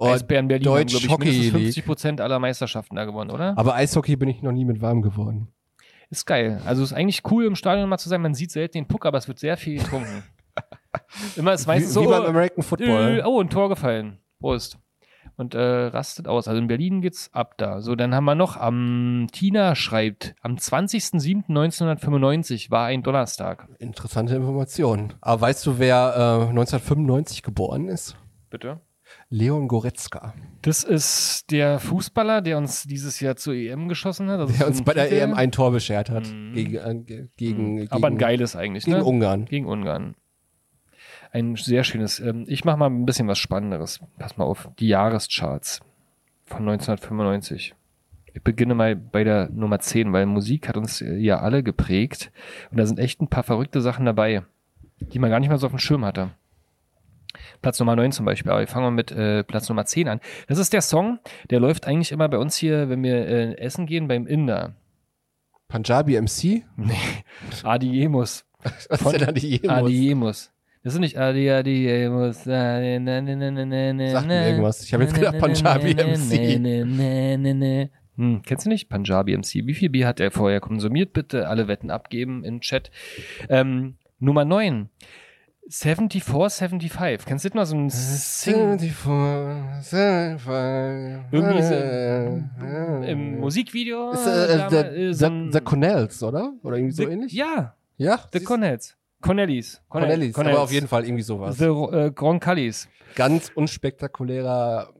[SPEAKER 2] Oh,
[SPEAKER 1] Eisbären Berlin haben,
[SPEAKER 2] Deutsch
[SPEAKER 1] glaube ich,
[SPEAKER 2] Hockey
[SPEAKER 1] mindestens
[SPEAKER 2] League.
[SPEAKER 1] 50 Prozent aller Meisterschaften da gewonnen, oder?
[SPEAKER 2] aber Eishockey bin ich noch nie mit warm geworden.
[SPEAKER 1] Ist geil. Also ist eigentlich cool, im Stadion mal zu sein. Man sieht selten den Puck, aber es wird sehr viel
[SPEAKER 2] [laughs]
[SPEAKER 1] getrunken. Immer ist
[SPEAKER 2] Wie,
[SPEAKER 1] meistens so.
[SPEAKER 2] wie beim
[SPEAKER 1] oh,
[SPEAKER 2] American
[SPEAKER 1] Äh,
[SPEAKER 2] Football.
[SPEAKER 1] Oh, ein Tor gefallen. Prost. Und äh, rastet aus. Also in Berlin geht's ab da. So, dann haben wir noch am Tina schreibt, am 20.07.1995 war ein Donnerstag.
[SPEAKER 2] Interessante Information. Aber weißt du, wer äh, 1995 geboren ist?
[SPEAKER 1] Bitte.
[SPEAKER 2] Leon Goretzka.
[SPEAKER 1] Das ist der Fußballer, der uns dieses Jahr zur EM geschossen hat. Also
[SPEAKER 2] Der
[SPEAKER 1] zum
[SPEAKER 2] uns bei der
[SPEAKER 1] Titel.
[SPEAKER 2] EM ein Tor beschert hat.
[SPEAKER 1] Mhm.
[SPEAKER 2] Gegen, äh, ge- gegen, gegen,
[SPEAKER 1] Aber ein geiles eigentlich,
[SPEAKER 2] gegen
[SPEAKER 1] ne?
[SPEAKER 2] Ungarn.
[SPEAKER 1] Gegen Ungarn. Ein sehr schönes. Ähm, ich mache mal ein bisschen was Spannenderes. Pass mal auf. Die Jahrescharts von 1995. Ich beginne mal bei der Nummer 10, weil Musik hat uns äh, ja alle geprägt. Und da sind echt ein paar verrückte Sachen dabei, die man gar nicht mal so auf dem Schirm hatte. Platz Nummer 9 zum Beispiel. Aber wir fangen mal mit äh, Platz Nummer 10 an. Das ist der Song, der läuft eigentlich immer bei uns hier, wenn wir äh, essen gehen, beim Inder. [laughs]
[SPEAKER 2] Punjabi MC?
[SPEAKER 1] Nee. Adi Jemus.
[SPEAKER 2] Was
[SPEAKER 1] Von-
[SPEAKER 2] ist denn da die E Emos?
[SPEAKER 1] Adiemus. Das ist nicht Adi, Adiemus. Sagt
[SPEAKER 2] Sagt
[SPEAKER 1] mir
[SPEAKER 2] mir irgendwas. Ich habe jetzt gedacht Punjabi MC.
[SPEAKER 1] MC. Hm, kennst du nicht? Punjabi MC. Wie viel Bier hat er vorher konsumiert? Bitte alle Wetten abgeben im Chat. Ähm, Nummer 9. 7475. Kennst du das noch so ein Sing?
[SPEAKER 2] 74, 75.
[SPEAKER 1] Irgendwie so im Musikvideo?
[SPEAKER 2] Äh, Ist, äh, äh,
[SPEAKER 1] damals,
[SPEAKER 2] der,
[SPEAKER 1] äh, so
[SPEAKER 2] der,
[SPEAKER 1] ein-
[SPEAKER 2] der Connells, oder? Oder irgendwie so
[SPEAKER 1] The-
[SPEAKER 2] ähnlich?
[SPEAKER 1] Ja,
[SPEAKER 2] ja?
[SPEAKER 1] The Connells. Connellys. Connell-
[SPEAKER 2] Connellis, aber auf jeden Fall irgendwie sowas.
[SPEAKER 1] The äh, Gronkhallis.
[SPEAKER 2] Ganz unspektakulärer.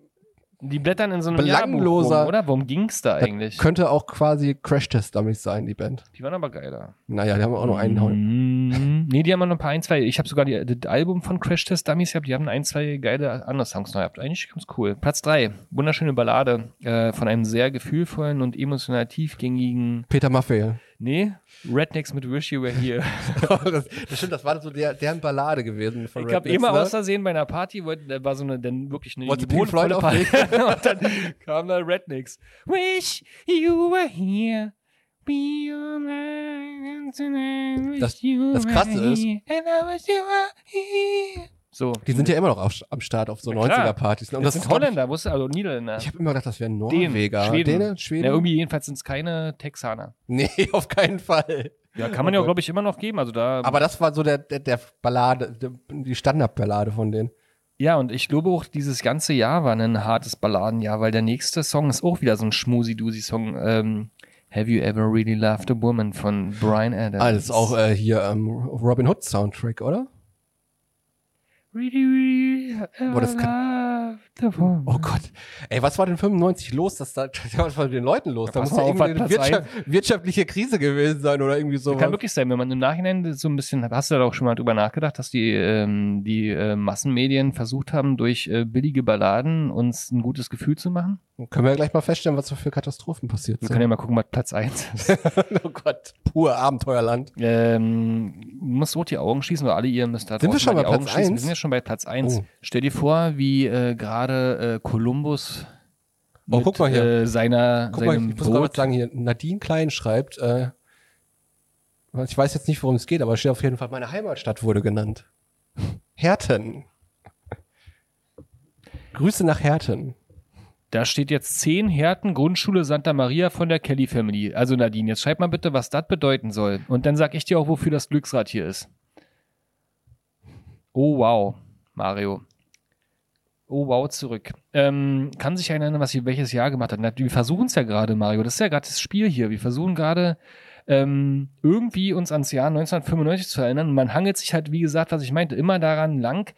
[SPEAKER 1] Die blättern in so einem
[SPEAKER 2] Belangloser-
[SPEAKER 1] Jahrbuch rum, oder? Worum ging's da eigentlich?
[SPEAKER 2] Könnte auch quasi Crash-Test-Dummies sein, die Band.
[SPEAKER 1] Die waren aber geiler.
[SPEAKER 2] Naja, die haben auch nur
[SPEAKER 1] Mm.
[SPEAKER 2] einen Haufen.
[SPEAKER 1] Mhm. Nee, die haben noch ein paar, ein, zwei. Ich habe sogar die, das Album von Crash Test Dummies gehabt. Die haben ein, zwei geile andere Songs neu gehabt. Eigentlich ganz cool. Platz drei Wunderschöne Ballade äh, von einem sehr gefühlvollen und emotional tiefgängigen.
[SPEAKER 2] Peter Maffay.
[SPEAKER 1] [laughs] Nee, Rednecks mit Wish You Were Here.
[SPEAKER 2] das, das stimmt, das war so der, deren Ballade gewesen. Von
[SPEAKER 1] Ich habe
[SPEAKER 2] Rednecks,
[SPEAKER 1] immer
[SPEAKER 2] ne?
[SPEAKER 1] aus Versehen bei einer Party, wollte, da war so eine, dann wirklich eine
[SPEAKER 2] Wollte
[SPEAKER 1] die
[SPEAKER 2] Pink Floyd
[SPEAKER 1] bodenvolle Party. [laughs] und dann kam da Rednecks. Wish you were here. Be alright tonight.
[SPEAKER 2] Das-
[SPEAKER 1] Wish you
[SPEAKER 2] das
[SPEAKER 1] were
[SPEAKER 2] Krasse ist-
[SPEAKER 1] here. And I wish you were here. So.
[SPEAKER 2] Die sind ja immer noch auf, am Start auf so
[SPEAKER 1] Na klar.
[SPEAKER 2] 90er-Partys. ne? Und
[SPEAKER 1] das
[SPEAKER 2] das
[SPEAKER 1] sind
[SPEAKER 2] ist heute-
[SPEAKER 1] Holländer, wusste also Niederländer.
[SPEAKER 2] Ich habe immer gedacht, das wären
[SPEAKER 1] Dänen,
[SPEAKER 2] Norweger.
[SPEAKER 1] Schweden.
[SPEAKER 2] Däne, Schweden?
[SPEAKER 1] Ja, irgendwie jedenfalls sind es keine Texaner.
[SPEAKER 2] nee, [laughs] auf keinen Fall. Oh
[SPEAKER 1] Ja, kann man ja, glaube ich, immer noch geben. Also da
[SPEAKER 2] Aber das war so der, der, der Ballade, der, die Standardballade von denen.
[SPEAKER 1] Ja, und ich glaube auch, dieses ganze Jahr war ein hartes Balladenjahr, weil der nächste Song ist auch wieder so ein schmusi-dusi-Song. Ähm, Have you ever really loved a woman von Brian Adams?
[SPEAKER 2] Ah, das ist auch äh, hier ähm, Robin Hood Soundtrack, oder?
[SPEAKER 1] Really, really ever
[SPEAKER 2] Boah, das
[SPEAKER 1] loved a woman.
[SPEAKER 2] Oh Gott. Ey, was war denn 95 los? Das, da, [laughs] da was war mit den Leuten los?
[SPEAKER 1] Ja,
[SPEAKER 2] Da muss
[SPEAKER 1] pass
[SPEAKER 2] ja
[SPEAKER 1] mal auf,
[SPEAKER 2] irgendeine
[SPEAKER 1] was Platz
[SPEAKER 2] Wirtschaft, wirtschaftliche Krise gewesen sein oder irgendwie sowas.
[SPEAKER 1] Kann wirklich sein, wenn man im Nachhinein so ein bisschen, hast du da auch schon mal drüber nachgedacht, dass die, ähm, die äh, Massenmedien versucht haben, durch äh, billige Balladen uns ein gutes Gefühl zu machen?
[SPEAKER 2] Können wir ja gleich mal feststellen, was so für Katastrophen passiert
[SPEAKER 1] Wir
[SPEAKER 2] sind.
[SPEAKER 1] können ja mal gucken, was Platz 1 ist.
[SPEAKER 2] [laughs] oh Gott. Pur Abenteuerland.
[SPEAKER 1] Ähm, muss rot die Augen schließen oder alle ihr müsst da
[SPEAKER 2] Sind wir
[SPEAKER 1] draußen
[SPEAKER 2] schon
[SPEAKER 1] mal
[SPEAKER 2] bei
[SPEAKER 1] die Augen
[SPEAKER 2] Platz
[SPEAKER 1] schließen. Wir
[SPEAKER 2] eins?
[SPEAKER 1] sind ja schon bei Platz 1.
[SPEAKER 2] Oh.
[SPEAKER 1] Stell dir vor, wie äh, gerade äh, Kolumbus
[SPEAKER 2] Oh,
[SPEAKER 1] mit
[SPEAKER 2] guck mal hier.
[SPEAKER 1] äh, seiner,
[SPEAKER 2] Guck mal, ich
[SPEAKER 1] seinem
[SPEAKER 2] muss gerade
[SPEAKER 1] Boot.
[SPEAKER 2] sagen, hier Nadine Klein schreibt, äh, ich weiß jetzt nicht, worum es geht, aber es steht auf jeden Fall, meine Heimatstadt wurde genannt. Herten. Grüße nach Herten.
[SPEAKER 1] Da steht jetzt 10 Herten Grundschule Santa Maria von der Kelly Family. Also Nadine, jetzt schreib mal bitte, was das bedeuten soll. Und dann sag ich dir auch, wofür das Glücksrad hier ist. Oh wow, Mario. Oh wow, zurück. Ähm, kann sich erinnern, was sie welches Jahr gemacht hat. Na, Wir versuchen es ja gerade, Mario. Das ist ja gerade das Spiel hier. Wir versuchen gerade ähm, irgendwie uns ans Jahr 1995 zu erinnern. Und man hangelt sich halt, wie gesagt, was ich meinte, immer daran lang,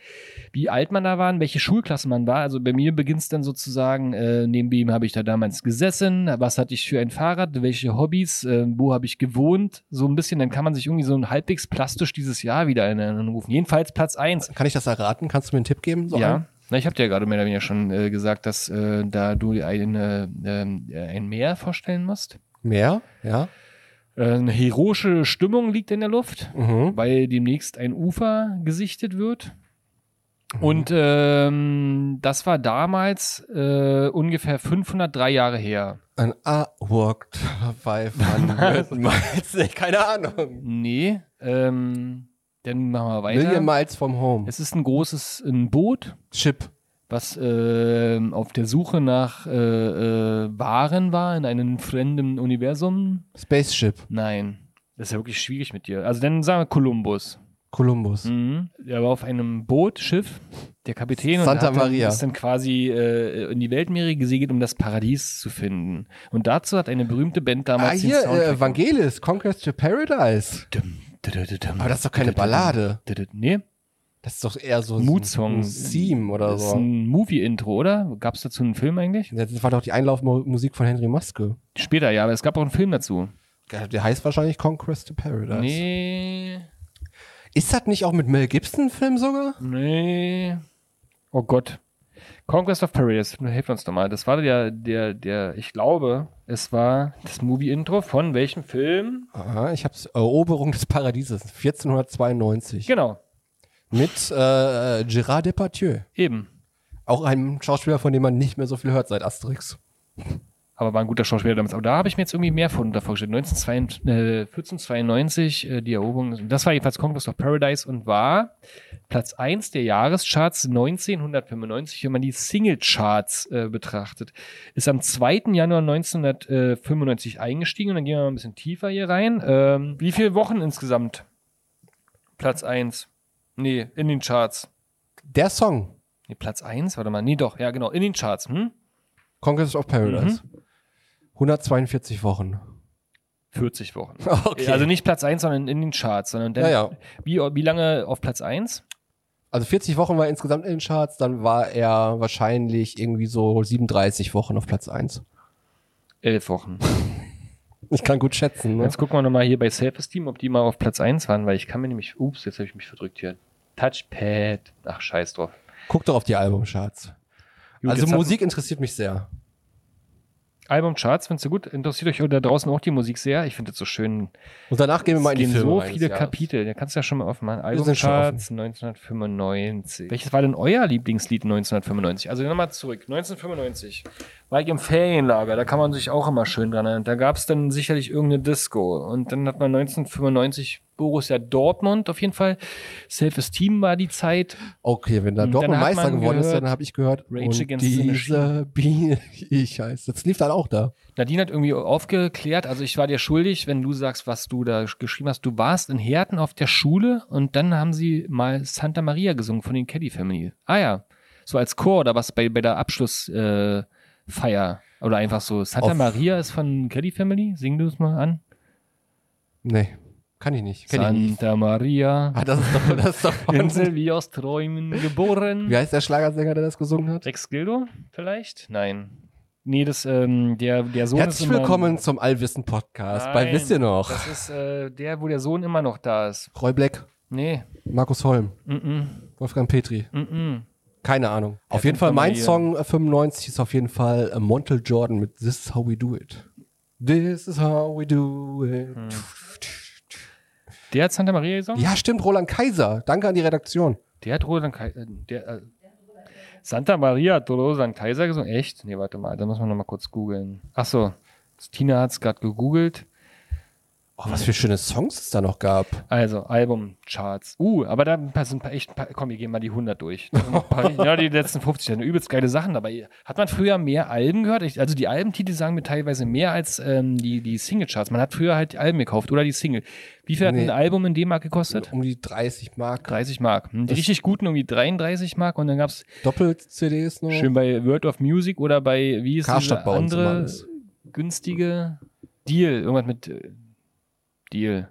[SPEAKER 1] wie alt man da war, in welche Schulklasse man war. Also bei mir beginnt es dann sozusagen, äh, neben wem habe ich da damals gesessen, was hatte ich für ein Fahrrad, welche Hobbys, äh, wo habe ich gewohnt, so ein bisschen. Dann kann man sich irgendwie so ein halbwegs plastisch dieses Jahr wieder in Erinnerung rufen. Jedenfalls Platz 1.
[SPEAKER 2] Kann ich das erraten? Kannst du mir einen Tipp geben? So
[SPEAKER 1] Ja.
[SPEAKER 2] einen?
[SPEAKER 1] Na, ich habe dir ja gerade mehr oder weniger schon äh, gesagt, dass äh, da du dir eine, ähm, ein Meer vorstellen musst.
[SPEAKER 2] Mehr? Ja.
[SPEAKER 1] Äh, eine heroische Stimmung liegt in der Luft,
[SPEAKER 2] Mhm.
[SPEAKER 1] weil demnächst ein Ufer gesichtet wird. Und ähm, das war damals äh, ungefähr 503 Jahre her.
[SPEAKER 2] An A walked by
[SPEAKER 1] [laughs]
[SPEAKER 2] Van Miles. Nee, Keine Ahnung.
[SPEAKER 1] Nee, ähm, dann machen wir weiter.
[SPEAKER 2] Million Miles from Home.
[SPEAKER 1] es ist ein großes ein Boot,
[SPEAKER 2] Chip.
[SPEAKER 1] was ähm, auf der Suche nach äh, äh, Waren war in einem fremden Universum.
[SPEAKER 2] Spaceship.
[SPEAKER 1] Nein. Das ist ja wirklich schwierig mit dir. Also dann sagen wir Kolumbus.
[SPEAKER 2] Columbus.
[SPEAKER 1] Mhm. Er war auf einem Boot, Schiff, der Kapitän
[SPEAKER 2] Santa
[SPEAKER 1] und hat dann,
[SPEAKER 2] Maria.
[SPEAKER 1] ist dann quasi äh, in die Weltmeere gesegelt, um das Paradies zu finden. Und dazu hat eine berühmte Band damals
[SPEAKER 2] Ah, hier,
[SPEAKER 1] den
[SPEAKER 2] äh,
[SPEAKER 1] Soundtrack
[SPEAKER 2] Evangelis, Conquest to Paradise.
[SPEAKER 1] gemacht.
[SPEAKER 2] Aber das ist doch keine Ballade.
[SPEAKER 1] Nee,
[SPEAKER 2] Das ist doch eher so
[SPEAKER 1] Mood-Song.
[SPEAKER 2] ein Theme oder
[SPEAKER 1] das ist
[SPEAKER 2] so.
[SPEAKER 1] ein Movie-Intro, oder? Gab es dazu einen Film eigentlich?
[SPEAKER 2] Das war doch die Einlaufmusik von Henry Maske.
[SPEAKER 1] Später, ja, aber es gab auch einen Film dazu.
[SPEAKER 2] Der heißt wahrscheinlich Conquest to Paradise.
[SPEAKER 1] Nee,
[SPEAKER 2] Ist das nicht auch mit Mel Gibson-Film sogar?
[SPEAKER 1] nee. Oh Gott. Conquest of Paradise, hilf uns doch mal. Das war der, der, der, ich glaube, es war das Movie-Intro von welchem Film?
[SPEAKER 2] Aha, Ah, ich hab's. Eroberung des Paradieses, 1492.
[SPEAKER 1] Genau,
[SPEAKER 2] Mit äh, Gérard Depardieu.
[SPEAKER 1] eben.
[SPEAKER 2] Auch einem Schauspieler, von dem man nicht mehr so viel hört seit Asterix.
[SPEAKER 1] Aber war ein guter Schauspieler damals. Aber da habe ich mir jetzt irgendwie mehr von davor gestellt. 1992, äh, 1492, äh, die Eroberung. Das war jedenfalls Conquest of Paradise und war Platz 1 der Jahrescharts 1995, wenn man die Singlecharts äh, betrachtet. Ist am 2. Januar 1995 eingestiegen und dann gehen wir mal ein bisschen tiefer hier rein. Ähm, wie viele Wochen insgesamt? Platz 1. Nee, in den Charts.
[SPEAKER 2] Der Song,
[SPEAKER 1] Nee, Platz 1, warte mal. Nee, doch, ja, genau, in den Charts. Hm?
[SPEAKER 2] Conquest of Paradise.
[SPEAKER 1] Mhm.
[SPEAKER 2] 142 Wochen. [laughs]
[SPEAKER 1] 40 Wochen.
[SPEAKER 2] Okay.
[SPEAKER 1] Also nicht Platz 1, sondern in den Charts. Sondern dann,
[SPEAKER 2] Ja, ja.
[SPEAKER 1] Wie, wie lange auf Platz 1?
[SPEAKER 2] Also 40 Wochen war er insgesamt in den Charts, dann war er wahrscheinlich irgendwie so 37 Wochen auf Platz 1.
[SPEAKER 1] Elf Wochen.
[SPEAKER 2] Ich kann gut schätzen, ne?
[SPEAKER 1] Jetzt gucken wir nochmal hier bei Self-Esteem, ob die mal auf Platz 1 waren, weil ich kann mir nämlich. Ups, jetzt habe ich mich verdrückt hier. Touchpad. Ach, scheiß drauf.
[SPEAKER 2] Guck doch auf die Albumcharts.
[SPEAKER 1] Gut,
[SPEAKER 2] also
[SPEAKER 1] jetzt hat-
[SPEAKER 2] Musik interessiert mich sehr.
[SPEAKER 1] Albumcharts, findest du gut? Interessiert euch da draußen auch die Musik sehr? Ich finde das so schön.
[SPEAKER 2] Und danach gehen wir mal in die
[SPEAKER 1] gehen
[SPEAKER 2] Filme
[SPEAKER 1] so
[SPEAKER 2] rein,
[SPEAKER 1] viele
[SPEAKER 2] ja.
[SPEAKER 1] Kapitel. Da kannst du ja schon mal offen machen.
[SPEAKER 2] Wir sind schon
[SPEAKER 1] Albumcharts 1995. Welches war denn euer Lieblingslied 1995? Also nochmal zurück. 1995 war ich im Ferienlager. Da kann man sich auch immer schön dran erinnern. Da gab es dann sicherlich irgendeine Disco. Und dann hat man 1995 Borussia Dortmund auf jeden Fall. Self-Esteem war die Zeit.
[SPEAKER 2] Okay, wenn da
[SPEAKER 1] Und
[SPEAKER 2] Dortmund
[SPEAKER 1] dann Hm, hat
[SPEAKER 2] Meister
[SPEAKER 1] man
[SPEAKER 2] geworden ist,
[SPEAKER 1] gehört,
[SPEAKER 2] dann habe ich gehört,
[SPEAKER 1] Rage
[SPEAKER 2] und
[SPEAKER 1] Against the
[SPEAKER 2] diese Biene, [laughs] ich heiße. Das lief dann auch da.
[SPEAKER 1] Nadine hat irgendwie aufgeklärt, also ich war dir schuldig, wenn du sagst, was du da geschrieben hast. Du warst in Herten auf der Schule und dann haben sie mal Santa Maria gesungen von den Caddy Family. Ah ja, so als Chor oder was bei, bei der Abschlussfeier. Äh, Feier. oder einfach so. Santa
[SPEAKER 2] Auf-
[SPEAKER 1] Maria ist von Caddy Family? Sing du es mal an.
[SPEAKER 2] Nee, kann ich nicht. Kenn ich nicht.
[SPEAKER 1] Santa
[SPEAKER 2] [laughs]
[SPEAKER 1] Maria,
[SPEAKER 2] Ah, das ist doch, das ist
[SPEAKER 1] [laughs]
[SPEAKER 2] doch von,
[SPEAKER 1] Insel wie aus Träumen geboren.
[SPEAKER 2] Wie heißt der Schlagersänger, der das gesungen hat?
[SPEAKER 1] Rex Gildo vielleicht? Nein. Nee, das, ähm, der, der Sohn ist
[SPEAKER 2] Herzlich
[SPEAKER 1] immer-
[SPEAKER 2] willkommen zum Allwissen-Podcast bei
[SPEAKER 1] Nein,
[SPEAKER 2] Wisst ihr noch?
[SPEAKER 1] Das ist äh, der, wo der Sohn immer noch da ist.
[SPEAKER 2] Roy Black,
[SPEAKER 1] Nee. mm,
[SPEAKER 2] Markus Holm,
[SPEAKER 1] Mm-mm,
[SPEAKER 2] Wolfgang Petri.
[SPEAKER 1] mm-mm.
[SPEAKER 2] Keine Ahnung. Auf
[SPEAKER 1] Ja,
[SPEAKER 2] jeden Fall, mein
[SPEAKER 1] Familie.
[SPEAKER 2] Song äh, 95 ist auf jeden Fall äh, Montel Jordan mit This is how we do it. This is how we do it.
[SPEAKER 1] Der hat Santa Maria gesungen?
[SPEAKER 2] Ja, stimmt, Roland Kaiser. Danke an die Redaktion.
[SPEAKER 1] Der hat Roland Kaiser. Der, äh, Santa Maria hat Roland Kaiser gesungen? Echt? Nee, warte mal, da muss man nochmal kurz googeln. Achso, Tina hat es gerade gegoogelt.
[SPEAKER 2] Oh, was für schöne Songs es da noch gab.
[SPEAKER 1] Also, Albumcharts. Uh, aber da ein paar- sind ein paar, echt ein paar. Komm, wir gehen mal die 100 durch. Da sind noch ein
[SPEAKER 2] [laughs]
[SPEAKER 1] paar, ja, die letzten 50, da sind übelst geile Sachen dabei. Hat man früher mehr Alben gehört? Ich, also, die Albentitel sagen mir teilweise mehr als ähm, die, die Singlecharts. Man hat früher halt die Alben gekauft oder die Single. Wie viel
[SPEAKER 2] Nee.
[SPEAKER 1] hat ein Album in D-Mark gekostet?
[SPEAKER 2] Um die 30 Mark.
[SPEAKER 1] 30 Mark. Hm, Die richtig guten irgendwie 33 Mark und dann gab es
[SPEAKER 2] Doppel-CDs noch.
[SPEAKER 1] schön bei World of Music oder bei, wie ist
[SPEAKER 2] Oh. Karstadt
[SPEAKER 1] diese
[SPEAKER 2] bei uns immer
[SPEAKER 1] andere
[SPEAKER 2] alles.
[SPEAKER 1] günstige Deal? Irgendwas mit äh, Deal.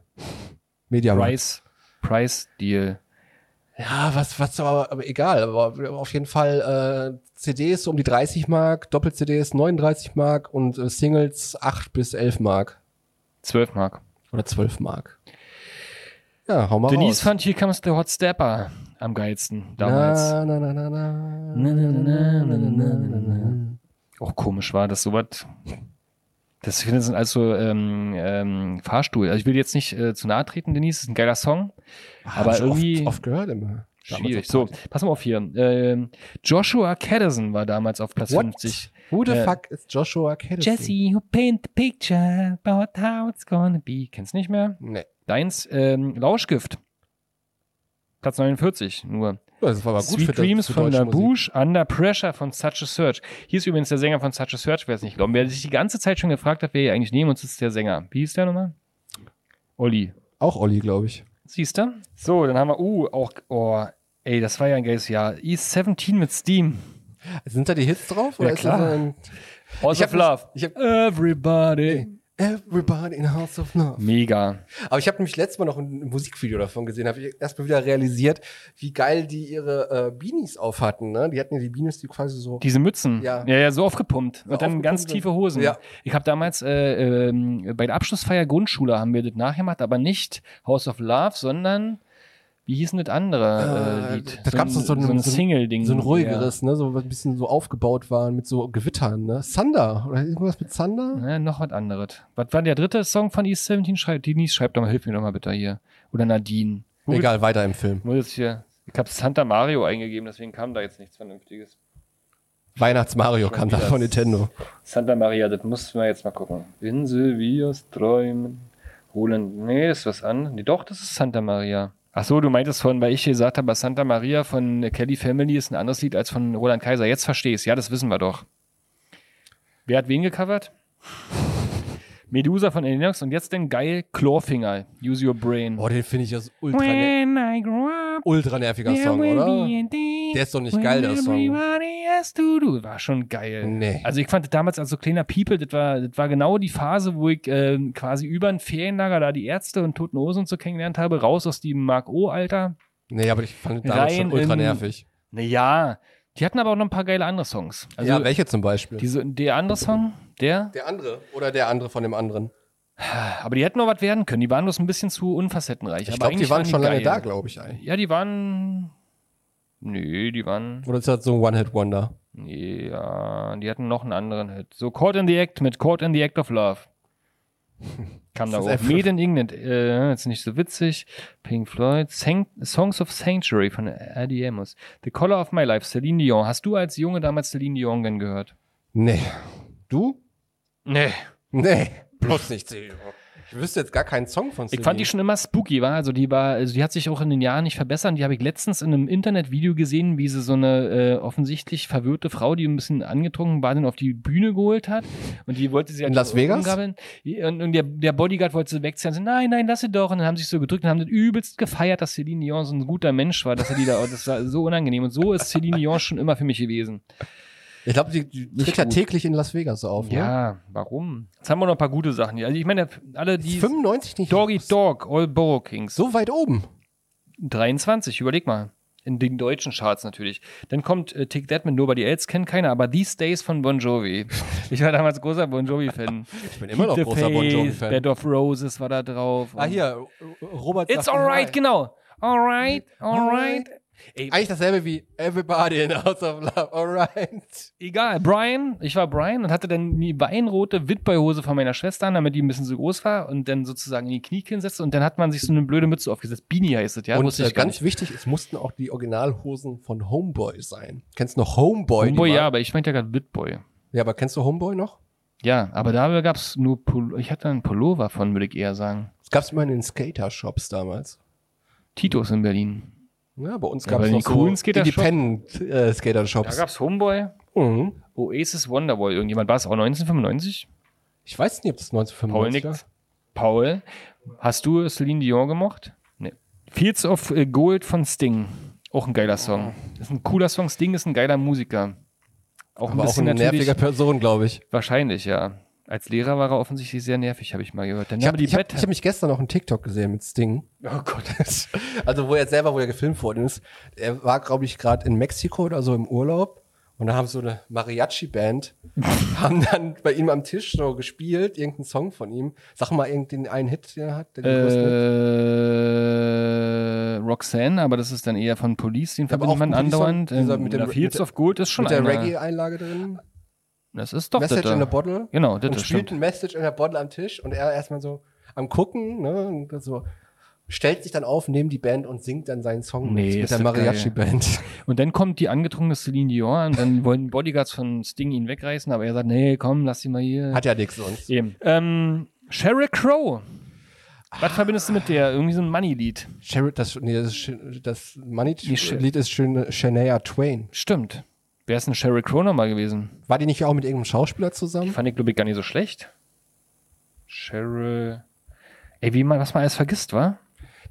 [SPEAKER 2] Media Rights.
[SPEAKER 1] Price. Price Deal.
[SPEAKER 2] Ja, was, was aber, aber egal. Aber auf jeden Fall äh, CDs so um die 30 Mark, Doppel-CDs 39 Mark und äh, Singles 8 bis 11 Mark
[SPEAKER 1] 12 Mark.
[SPEAKER 2] oder 12 Mark. Ja, hau mal
[SPEAKER 1] Denise
[SPEAKER 2] raus.
[SPEAKER 1] fand Here Comes the Hot Stepper am geilsten damals.
[SPEAKER 2] Na, na, na, na, na,
[SPEAKER 1] Na, na, na, na, na, na, na,
[SPEAKER 2] na.
[SPEAKER 1] Auch komisch war das sowas. Das finde ich sind also ähm, ähm, Fahrstuhl. Also ich will jetzt nicht äh, zu nahe treten, Denise. Ist ein geiler Song.
[SPEAKER 2] Hab
[SPEAKER 1] Aber
[SPEAKER 2] ich
[SPEAKER 1] irgendwie-
[SPEAKER 2] Oft, oft gehört immer. Damals
[SPEAKER 1] Schwierig.
[SPEAKER 2] auf
[SPEAKER 1] So,
[SPEAKER 2] Party.
[SPEAKER 1] pass mal auf hier. Ähm, Joshua Caddison war damals auf Platz
[SPEAKER 2] What?
[SPEAKER 1] 50.
[SPEAKER 2] Who the
[SPEAKER 1] Äh,
[SPEAKER 2] fuck is Joshua Caddison?
[SPEAKER 1] Jesse, who paint the picture about how it's gonna be. Kennst nicht mehr?
[SPEAKER 2] Nee.
[SPEAKER 1] Deins, ähm, Lauschgift. Platz 49 nur.
[SPEAKER 2] Das war aber gut
[SPEAKER 1] Sweet
[SPEAKER 2] für
[SPEAKER 1] Dreams
[SPEAKER 2] für
[SPEAKER 1] von
[SPEAKER 2] deutsche
[SPEAKER 1] La
[SPEAKER 2] Musik.
[SPEAKER 1] Bouche, Under Pressure von Such a Search. Hier ist übrigens der Sänger von Such a Search, wer es nicht glauben. Wer sich die ganze Zeit schon gefragt hat, wer hier eigentlich neben uns ist, ist der Sänger. Wie hieß der nochmal? Olli.
[SPEAKER 2] Auch Olli, glaube ich.
[SPEAKER 1] Siehst du? So, dann haben wir, uh, auch, oh, ey, das war ja ein geiles Jahr. E17 mit Steam.
[SPEAKER 2] Sind da die Hits drauf?
[SPEAKER 1] Ja,
[SPEAKER 2] oder ist das
[SPEAKER 1] klar.
[SPEAKER 2] so ein
[SPEAKER 1] House
[SPEAKER 2] Ich
[SPEAKER 1] of
[SPEAKER 2] hab-
[SPEAKER 1] Love.
[SPEAKER 2] ich hab-
[SPEAKER 1] Everybody.
[SPEAKER 2] Everybody in a House of Love?
[SPEAKER 1] Mega.
[SPEAKER 2] Aber ich habe nämlich letztes Mal noch ein Musikvideo davon gesehen, habe ich erstmal wieder realisiert, wie geil die ihre äh, Beanies auf hatten. Ne? Die hatten ja die Beanies, die quasi so.
[SPEAKER 1] Diese Mützen.
[SPEAKER 2] Ja.
[SPEAKER 1] ja, so aufgepumpt. Und dann
[SPEAKER 2] aufgepumpt
[SPEAKER 1] ganz
[SPEAKER 2] sind.
[SPEAKER 1] tiefe Hosen.
[SPEAKER 2] Ja.
[SPEAKER 1] Ich habe damals äh, ähm, bei der Abschlussfeier Grundschule haben wir das nachgemacht, aber nicht House of Love, sondern wie hieß denn das andere äh,
[SPEAKER 2] Äh,
[SPEAKER 1] Lied?
[SPEAKER 2] das gab's
[SPEAKER 1] ein-
[SPEAKER 2] doch so ein-
[SPEAKER 1] so ein
[SPEAKER 2] so ein-
[SPEAKER 1] Single-Ding.
[SPEAKER 2] so ein ruhigeres, ne, so was ein bisschen so aufgebaut waren mit so Gewittern, ne? Thunder oder irgendwas mit
[SPEAKER 1] Ja.
[SPEAKER 2] Thunder?
[SPEAKER 1] Ne, noch was anderes. Was war der dritte Song von East 17? Schreibt, Denise, schreibt doch mal, hilf mir doch mal bitte hier. Oder Nadine. Google-
[SPEAKER 2] Egal, weiter im Film.
[SPEAKER 1] Nur jetzt hier. Ich habe Santa Mario eingegeben, deswegen kam da jetzt nichts Vernünftiges.
[SPEAKER 2] Weihnachts Mario kam da
[SPEAKER 1] wieder.
[SPEAKER 2] von Nintendo.
[SPEAKER 1] Santa Maria, das muss man jetzt mal gucken. Insel, Vias, Träumen, Holen. Nee, ist was an. Nee, doch, das ist Santa Maria. Ach so, du meintest von, weil ich hier gesagt habe, Santa Maria von Kelly Family ist ein anderes Lied als von Roland Kaiser. Jetzt verstehe ich's. Ja, das wissen wir doch. Wer hat wen gecovert? [laughs] Medusa von Linux und jetzt den geil Clawfinger. Use your brain.
[SPEAKER 2] Boah, den finde ich das ultra, ner
[SPEAKER 1] When I grow up,
[SPEAKER 2] ultra nerviger
[SPEAKER 1] there
[SPEAKER 2] Song,
[SPEAKER 1] will
[SPEAKER 2] oder?
[SPEAKER 1] be a day
[SPEAKER 2] Der ist doch nicht
[SPEAKER 1] when
[SPEAKER 2] geil, der Song.
[SPEAKER 1] everybody has to do. War schon geil.
[SPEAKER 2] Nee.
[SPEAKER 1] Also ich fand das damals als so kleiner People, das war, das war genau die Phase, wo ich ähm, quasi über ein Ferienlager da die Ärzte und Toten Hosen und so kennengelernt habe, raus aus dem Mark-O-Alter.
[SPEAKER 2] Nee, aber ich fand den damals
[SPEAKER 1] Rein
[SPEAKER 2] schon ultra
[SPEAKER 1] in-
[SPEAKER 2] nervig.
[SPEAKER 1] Naja, die hatten aber auch noch ein paar geile andere Songs. Also
[SPEAKER 2] ja, welche zum Beispiel?
[SPEAKER 1] diese, der andere Song, der,
[SPEAKER 2] der andere oder der andere von dem anderen.
[SPEAKER 1] aber die hätten noch was werden können. Die waren bloß ein bisschen zu unfacettenreich.
[SPEAKER 2] Ich
[SPEAKER 1] Aber
[SPEAKER 2] glaube, die
[SPEAKER 1] eigentlich
[SPEAKER 2] waren schon lange
[SPEAKER 1] geil.
[SPEAKER 2] da, glaube ich. Eigentlich.
[SPEAKER 1] Ja, die waren, nee, die waren,
[SPEAKER 2] Oder ist das so ein One-Hit-Wonder?
[SPEAKER 1] Ja, die hatten noch einen anderen Hit. So Caught in the Act mit Caught in the Act of
[SPEAKER 2] [laughs]
[SPEAKER 1] Love. Kam da
[SPEAKER 2] Das ist
[SPEAKER 1] hoch.
[SPEAKER 2] einfach-
[SPEAKER 1] Made in England, äh, ist nicht so witzig. Pink Floyd, San Songs of Sanctuary von Eddie Amos. The Color of My Life, Celine Dion. Hast du als Junge damals Celine Dion denn gehört?
[SPEAKER 2] Nee. Du?
[SPEAKER 1] Nee.
[SPEAKER 2] Nee. Bloß nicht. Celine Dion. Ich wüsste jetzt gar keinen Song von
[SPEAKER 1] Ich fand die schon immer spooky, war. Also die war, also die hat sich auch in den Jahren nicht verbessert. Die habe ich letztens in einem Internetvideo gesehen, wie sie so eine äh, offensichtlich verwirrte Frau, die ein bisschen angetrunken war, dann auf die Bühne geholt hat. Und die wollte sie
[SPEAKER 2] In Las Vegas?
[SPEAKER 1] umgabeln. Und, und der, der Bodyguard wollte sie wegziehen. Und so, nein, nein, lass sie doch. Und dann haben sie sich so gedrückt und haben das übelst gefeiert, dass Celine Dion so ein guter Mensch war, dass er die da, [laughs] das war so unangenehm. Und so ist Celine Dion schon immer für mich gewesen.
[SPEAKER 2] Ich glaube, die, die
[SPEAKER 1] Nicht
[SPEAKER 2] tritt ja
[SPEAKER 1] gut.
[SPEAKER 2] täglich in Las Vegas auf. Ne?
[SPEAKER 1] Ja, warum? Jetzt haben wir noch ein paar gute Sachen hier. Also ich meine, alle die
[SPEAKER 2] 95 nicht.
[SPEAKER 1] Doggy Dog, All Borough Kings.
[SPEAKER 2] So weit oben.
[SPEAKER 1] 23, überleg mal. In den deutschen Charts natürlich. Dann kommt äh, Take That mit Nobody Else, kennt keiner, aber These Days von Bon
[SPEAKER 2] [laughs]
[SPEAKER 1] Jovi. Ich war damals großer Bon Jovi-Fan.
[SPEAKER 2] Ich bin immer noch
[SPEAKER 1] Keep the
[SPEAKER 2] großer Bon
[SPEAKER 1] Faith,
[SPEAKER 2] Jovi-Fan.
[SPEAKER 1] Bed of Roses war da drauf.
[SPEAKER 2] Ah,
[SPEAKER 1] Und-
[SPEAKER 2] hier. Robert.
[SPEAKER 1] It's
[SPEAKER 2] sagt mir
[SPEAKER 1] alright,
[SPEAKER 2] hi.
[SPEAKER 1] genau. Alright, alright. Ey,
[SPEAKER 2] Eigentlich dasselbe wie Everybody in House of Love. Alright.
[SPEAKER 1] egal, Brian, ich war Brian und hatte dann die weinrote Witboy-Hose von meiner Schwester an, damit die ein bisschen zu groß war und dann sozusagen in die Knie hinsetzt und dann hat man sich so eine blöde Mütze aufgesetzt. Beanie heißt es, ja?
[SPEAKER 2] Und
[SPEAKER 1] wusste
[SPEAKER 2] äh,
[SPEAKER 1] ich gar
[SPEAKER 2] ganz wichtig, es mussten auch die Originalhosen von Homeboy sein. Kennst du noch Homeboy? die
[SPEAKER 1] Homeboy,
[SPEAKER 2] war-
[SPEAKER 1] ja, aber ich meinte ja gerade Witboy.
[SPEAKER 2] Ja, aber kennst du Homeboy noch?
[SPEAKER 1] Ja, aber da gab es nur Pul ich hatte einen Pullover von, würde ich eher sagen.
[SPEAKER 2] Das gab es immer in den Skater-Shops damals.
[SPEAKER 1] Titos in Berlin.
[SPEAKER 2] Ja, bei uns
[SPEAKER 1] Ja,
[SPEAKER 2] gab
[SPEAKER 1] bei
[SPEAKER 2] es
[SPEAKER 1] den
[SPEAKER 2] noch so
[SPEAKER 1] coolen Skater-Shop- Da
[SPEAKER 2] Independent-Skater-Shops.
[SPEAKER 1] gab es Homeboy,
[SPEAKER 2] mhm.
[SPEAKER 1] Oasis Wonderwall. Irgendjemand war es auch 1995?
[SPEAKER 2] Ich weiß nicht, ob das
[SPEAKER 1] Paul
[SPEAKER 2] 1995
[SPEAKER 1] nickt.
[SPEAKER 2] war.
[SPEAKER 1] Paul, hast du Celine Dion gemocht? Nee. Fields of äh, Gold von Sting. Auch ein geiler Song. Ist ein cooler Song. Sting ist ein geiler Musiker. Auch ein
[SPEAKER 2] Aber auch
[SPEAKER 1] bisschen
[SPEAKER 2] eine
[SPEAKER 1] natürlich.
[SPEAKER 2] nervige Person, glaube ich.
[SPEAKER 1] Wahrscheinlich, ja. Als Lehrer war er offensichtlich sehr nervig, habe ich mal gehört. Dann
[SPEAKER 2] Ich
[SPEAKER 1] haben
[SPEAKER 2] habe
[SPEAKER 1] die
[SPEAKER 2] hab,
[SPEAKER 1] Bett.
[SPEAKER 2] ich hab mich gestern noch einen TikTok gesehen mit Sting. Oh Gott. [laughs] Also wo er selber, wo er gefilmt worden ist. Er war, glaube ich, gerade in Mexiko oder so im Urlaub. Und da haben so eine
[SPEAKER 1] [laughs]
[SPEAKER 2] Mariachi-Band, haben dann bei ihm am Tisch so gespielt, irgendeinen Song von ihm. Sag mal irgendeinen einen Hit, den er hat. Den größten Hit.
[SPEAKER 1] äh, Roxanne, aber das ist dann eher von Police, den
[SPEAKER 2] aber
[SPEAKER 1] verbindet
[SPEAKER 2] auch
[SPEAKER 1] man
[SPEAKER 2] Police Song,
[SPEAKER 1] andauernd.
[SPEAKER 2] dieser
[SPEAKER 1] Ähm,
[SPEAKER 2] mit dem-
[SPEAKER 1] na, Fields
[SPEAKER 2] mit der-
[SPEAKER 1] of Gold ist schon
[SPEAKER 2] Mit der
[SPEAKER 1] einer.
[SPEAKER 2] Reggae-Einlage drin.
[SPEAKER 1] Das ist doch
[SPEAKER 2] Message
[SPEAKER 1] das
[SPEAKER 2] in
[SPEAKER 1] da.
[SPEAKER 2] a Bottle.
[SPEAKER 1] Genau, das
[SPEAKER 2] und
[SPEAKER 1] ist
[SPEAKER 2] spielt
[SPEAKER 1] stimmt.
[SPEAKER 2] ein Message in der Bottle am Tisch und er erstmal so am gucken, ne, und so stellt sich dann auf, neben die Band und singt dann seinen Song
[SPEAKER 1] Nee,
[SPEAKER 2] mit, mit
[SPEAKER 1] ist
[SPEAKER 2] der
[SPEAKER 1] das
[SPEAKER 2] Mariachi-Band.
[SPEAKER 1] Und dann kommt die angetrunkene Celine Dion und dann wollen Bodyguards von Sting ihn wegreißen, aber er sagt, nee, komm, lass sie mal hier.
[SPEAKER 2] Hat ja nichts sonst.
[SPEAKER 1] Eben. Ähm, Sheryl Crow. Was verbindest du mit der? Irgendwie so ein Money-Lied.
[SPEAKER 2] Sherry, das, nee, das, ist Sh- das
[SPEAKER 1] Die Sh-
[SPEAKER 2] Money-Lied ist schön äh, Shania Twain.
[SPEAKER 1] Stimmt. Wer ist denn Sheryl Crow nochmal gewesen?
[SPEAKER 2] War die nicht auch mit irgendeinem Schauspieler
[SPEAKER 1] Die
[SPEAKER 2] zusammen?
[SPEAKER 1] fand ich, glaube ich, gar nicht so schlecht. Sheryl. Ey, wie man, was man alles vergisst, wa?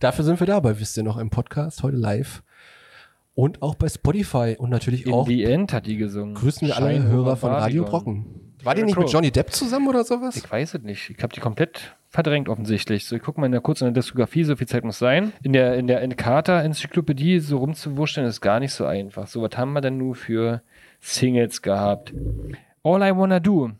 [SPEAKER 2] Dafür sind wir dabei, wisst ihr noch, im Podcast, heute live. Und auch bei Spotify und natürlich
[SPEAKER 1] In
[SPEAKER 2] auch
[SPEAKER 1] the End hat die gesungen.
[SPEAKER 2] grüßen wir alle
[SPEAKER 1] Shine
[SPEAKER 2] Hörer
[SPEAKER 1] Over
[SPEAKER 2] von Radio
[SPEAKER 1] Babylon.
[SPEAKER 2] Brocken. War die nicht
[SPEAKER 1] Crow.
[SPEAKER 2] mit Johnny Depp zusammen oder sowas?
[SPEAKER 1] Ich weiß es nicht. Ich habe die komplett verdrängt offensichtlich. So, ich gucke mal in der kurz in der Diskografie, so viel Zeit muss sein. In der in der Encarta Enzyklopädie so rumzuwurschteln ist gar nicht so einfach. So was haben wir denn nur für Singles gehabt? All I Wanna Do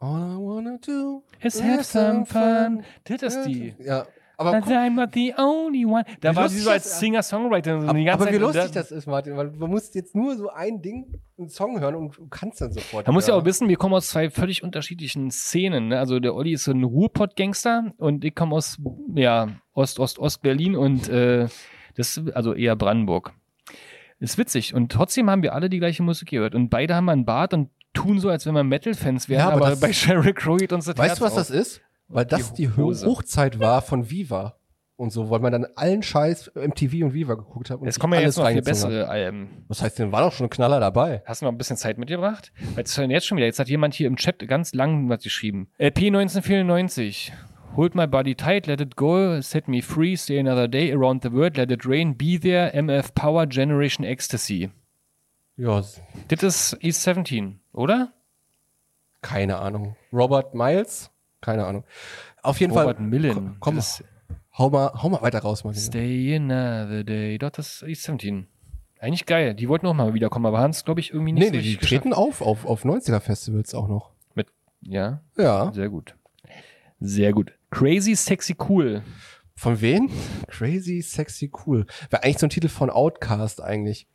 [SPEAKER 2] All I wanna do
[SPEAKER 1] is have some fun. Das ist die.
[SPEAKER 2] Ja, aber
[SPEAKER 1] But I'm not the only one. Da
[SPEAKER 2] Wie
[SPEAKER 1] war sie
[SPEAKER 2] lustig
[SPEAKER 1] so als
[SPEAKER 2] das-
[SPEAKER 1] Singer-Songwriter. So
[SPEAKER 2] Aber,
[SPEAKER 1] die ganze
[SPEAKER 2] aber wie
[SPEAKER 1] Zeit und
[SPEAKER 2] lustig
[SPEAKER 1] da,
[SPEAKER 2] das ist, Martin, weil du musst jetzt nur so ein Ding, einen Song hören und du kannst dann sofort.
[SPEAKER 1] Man muss ja
[SPEAKER 2] wieder.
[SPEAKER 1] auch wissen, wir kommen aus zwei völlig unterschiedlichen Szenen. Ne? Also der Olli ist so ein Ruhrpott-Gangster und ich komme aus ja, Ost, Ost, Ost-Berlin und äh, das, also eher Brandenburg. Ist witzig. Und trotzdem haben wir alle die gleiche Musik gehört. Und beide haben einen Bart und tun so, als wenn wir Metal-Fans wären,
[SPEAKER 2] Ja, aber
[SPEAKER 1] aber,
[SPEAKER 2] das-
[SPEAKER 1] bei Sheryl Crow geht uns das
[SPEAKER 2] Weißt du, was
[SPEAKER 1] Herz
[SPEAKER 2] das
[SPEAKER 1] auf.
[SPEAKER 2] ist? Weil das
[SPEAKER 1] Die
[SPEAKER 2] die,
[SPEAKER 1] Hose.
[SPEAKER 2] Hochzeit war von Viva und so, weil man dann allen Scheiß äh, MTV und Viva geguckt hat und
[SPEAKER 1] Es
[SPEAKER 2] sich
[SPEAKER 1] kommen ja jetzt noch viel
[SPEAKER 2] reingezogen hat.
[SPEAKER 1] bessere ähm, Alben.
[SPEAKER 2] Was heißt denn, war doch schon ein Knaller dabei.
[SPEAKER 1] Hast du noch ein bisschen Zeit mitgebracht? Weil es ist denn jetzt schon wieder. Jetzt hat jemand hier im Chat ganz lang was geschrieben. LP 1994. Hold my body tight, let it go, set me free, stay another day, around the world, let it rain, be there, MF Power, Generation Ecstasy.
[SPEAKER 2] Ja,
[SPEAKER 1] Das ist East 17, oder?
[SPEAKER 2] keine Ahnung. Robert Miles? Keine Ahnung. Auf jeden
[SPEAKER 1] Robert
[SPEAKER 2] Fall.
[SPEAKER 1] Millen.
[SPEAKER 2] Komm, komm
[SPEAKER 1] Das ist
[SPEAKER 2] hau, mal, hau mal weiter raus, Martin.
[SPEAKER 1] Stay another day. Doch, das ist East 17. Eigentlich geil. Die wollten auch mal wiederkommen, aber haben es, glaube ich, irgendwie nicht
[SPEAKER 2] Nee,
[SPEAKER 1] so
[SPEAKER 2] nee, die
[SPEAKER 1] richtig geschafft.
[SPEAKER 2] treten auf, auf, auf 90er-Festivals auch noch.
[SPEAKER 1] Mit, ja,
[SPEAKER 2] Ja.
[SPEAKER 1] sehr gut. Sehr gut. Crazy, sexy, cool.
[SPEAKER 2] Von wem? Crazy, sexy, cool. Wäre eigentlich so ein Titel von Outcast eigentlich.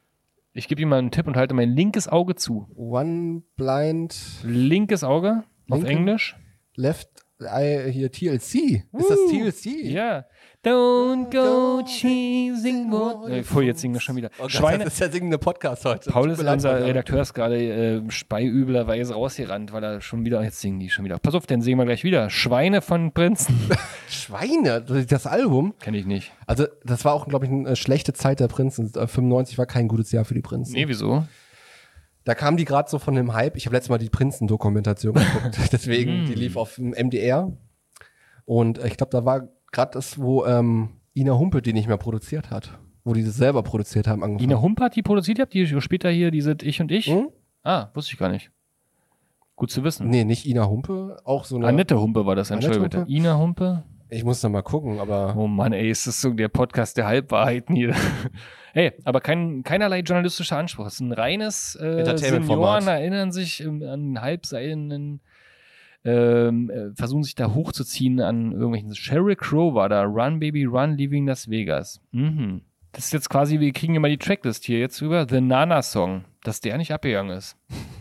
[SPEAKER 1] Ich gebe ihm mal einen Tipp und halte mein linkes Auge zu.
[SPEAKER 2] One Blind
[SPEAKER 1] Linkes Auge auf
[SPEAKER 2] Linke-
[SPEAKER 1] Englisch.
[SPEAKER 2] Left Eye hier TLC. Ist das TLC?
[SPEAKER 1] Uh. Ja. Don't go chasing more. Äh, voll, jetzt singen wir schon wieder.
[SPEAKER 2] Oh Gott,
[SPEAKER 1] Schweine.
[SPEAKER 2] Das ist der singende Podcast heute.
[SPEAKER 1] Paul
[SPEAKER 2] Tut
[SPEAKER 1] ist
[SPEAKER 2] mir leid,
[SPEAKER 1] unser
[SPEAKER 2] Leute.
[SPEAKER 1] Redakteur ist gerade äh, speiüblerweise rausgerannt, weil er schon wieder, jetzt singen die schon wieder. Pass auf, dann singen wir gleich wieder. Schweine von Prinzen.
[SPEAKER 2] [laughs] Schweine, das, das Album.
[SPEAKER 1] Kenne ich nicht.
[SPEAKER 2] Also, das war auch, glaube ich, eine schlechte Zeit der Prinzen. Äh, 95 war kein gutes Jahr für die Prinzen.
[SPEAKER 1] Nee, wieso?
[SPEAKER 2] Da kamen die gerade so von dem Hype. Ich habe letztes Mal
[SPEAKER 1] [laughs]
[SPEAKER 2] die Prinzen-Dokumentation geguckt. [laughs] Deswegen,
[SPEAKER 1] Hm.
[SPEAKER 2] die lief auf dem MDR. Und äh, ich glaube, da war gerade das, wo ähm, Ina Humpe die nicht mehr produziert hat. Wo die das selber produziert haben, angefangen.
[SPEAKER 1] Ina Humpert, die produziert habt, die später hier, die sind Ich und Ich.
[SPEAKER 2] Hm?
[SPEAKER 1] Ah, wusste ich gar nicht. Gut zu wissen.
[SPEAKER 2] Nee, nicht Ina Humpe, auch so eine.
[SPEAKER 1] Annette Humpe war das,
[SPEAKER 2] Annette
[SPEAKER 1] Entschuldigung bitte.
[SPEAKER 2] Humpe?
[SPEAKER 1] Ina Humpe.
[SPEAKER 2] Ich muss da mal gucken, aber.
[SPEAKER 1] Oh Mann, ey, ist das so der Podcast der Halbwahrheiten hier. [laughs] Hey, aber kein, keinerlei journalistischer Anspruch. Es ist ein reines äh,
[SPEAKER 2] Entertainment-Format.
[SPEAKER 1] Senioren erinnern sich ähm, an halbseilenden, ähm, äh, versuchen sich da hochzuziehen an irgendwelchen. Sheryl Crow war da, Run Baby Run, Leaving Las Vegas. Mhm. Das ist jetzt quasi, wir kriegen immer die Tracklist hier jetzt rüber. The Nana Song, dass der nicht abgegangen ist. [laughs]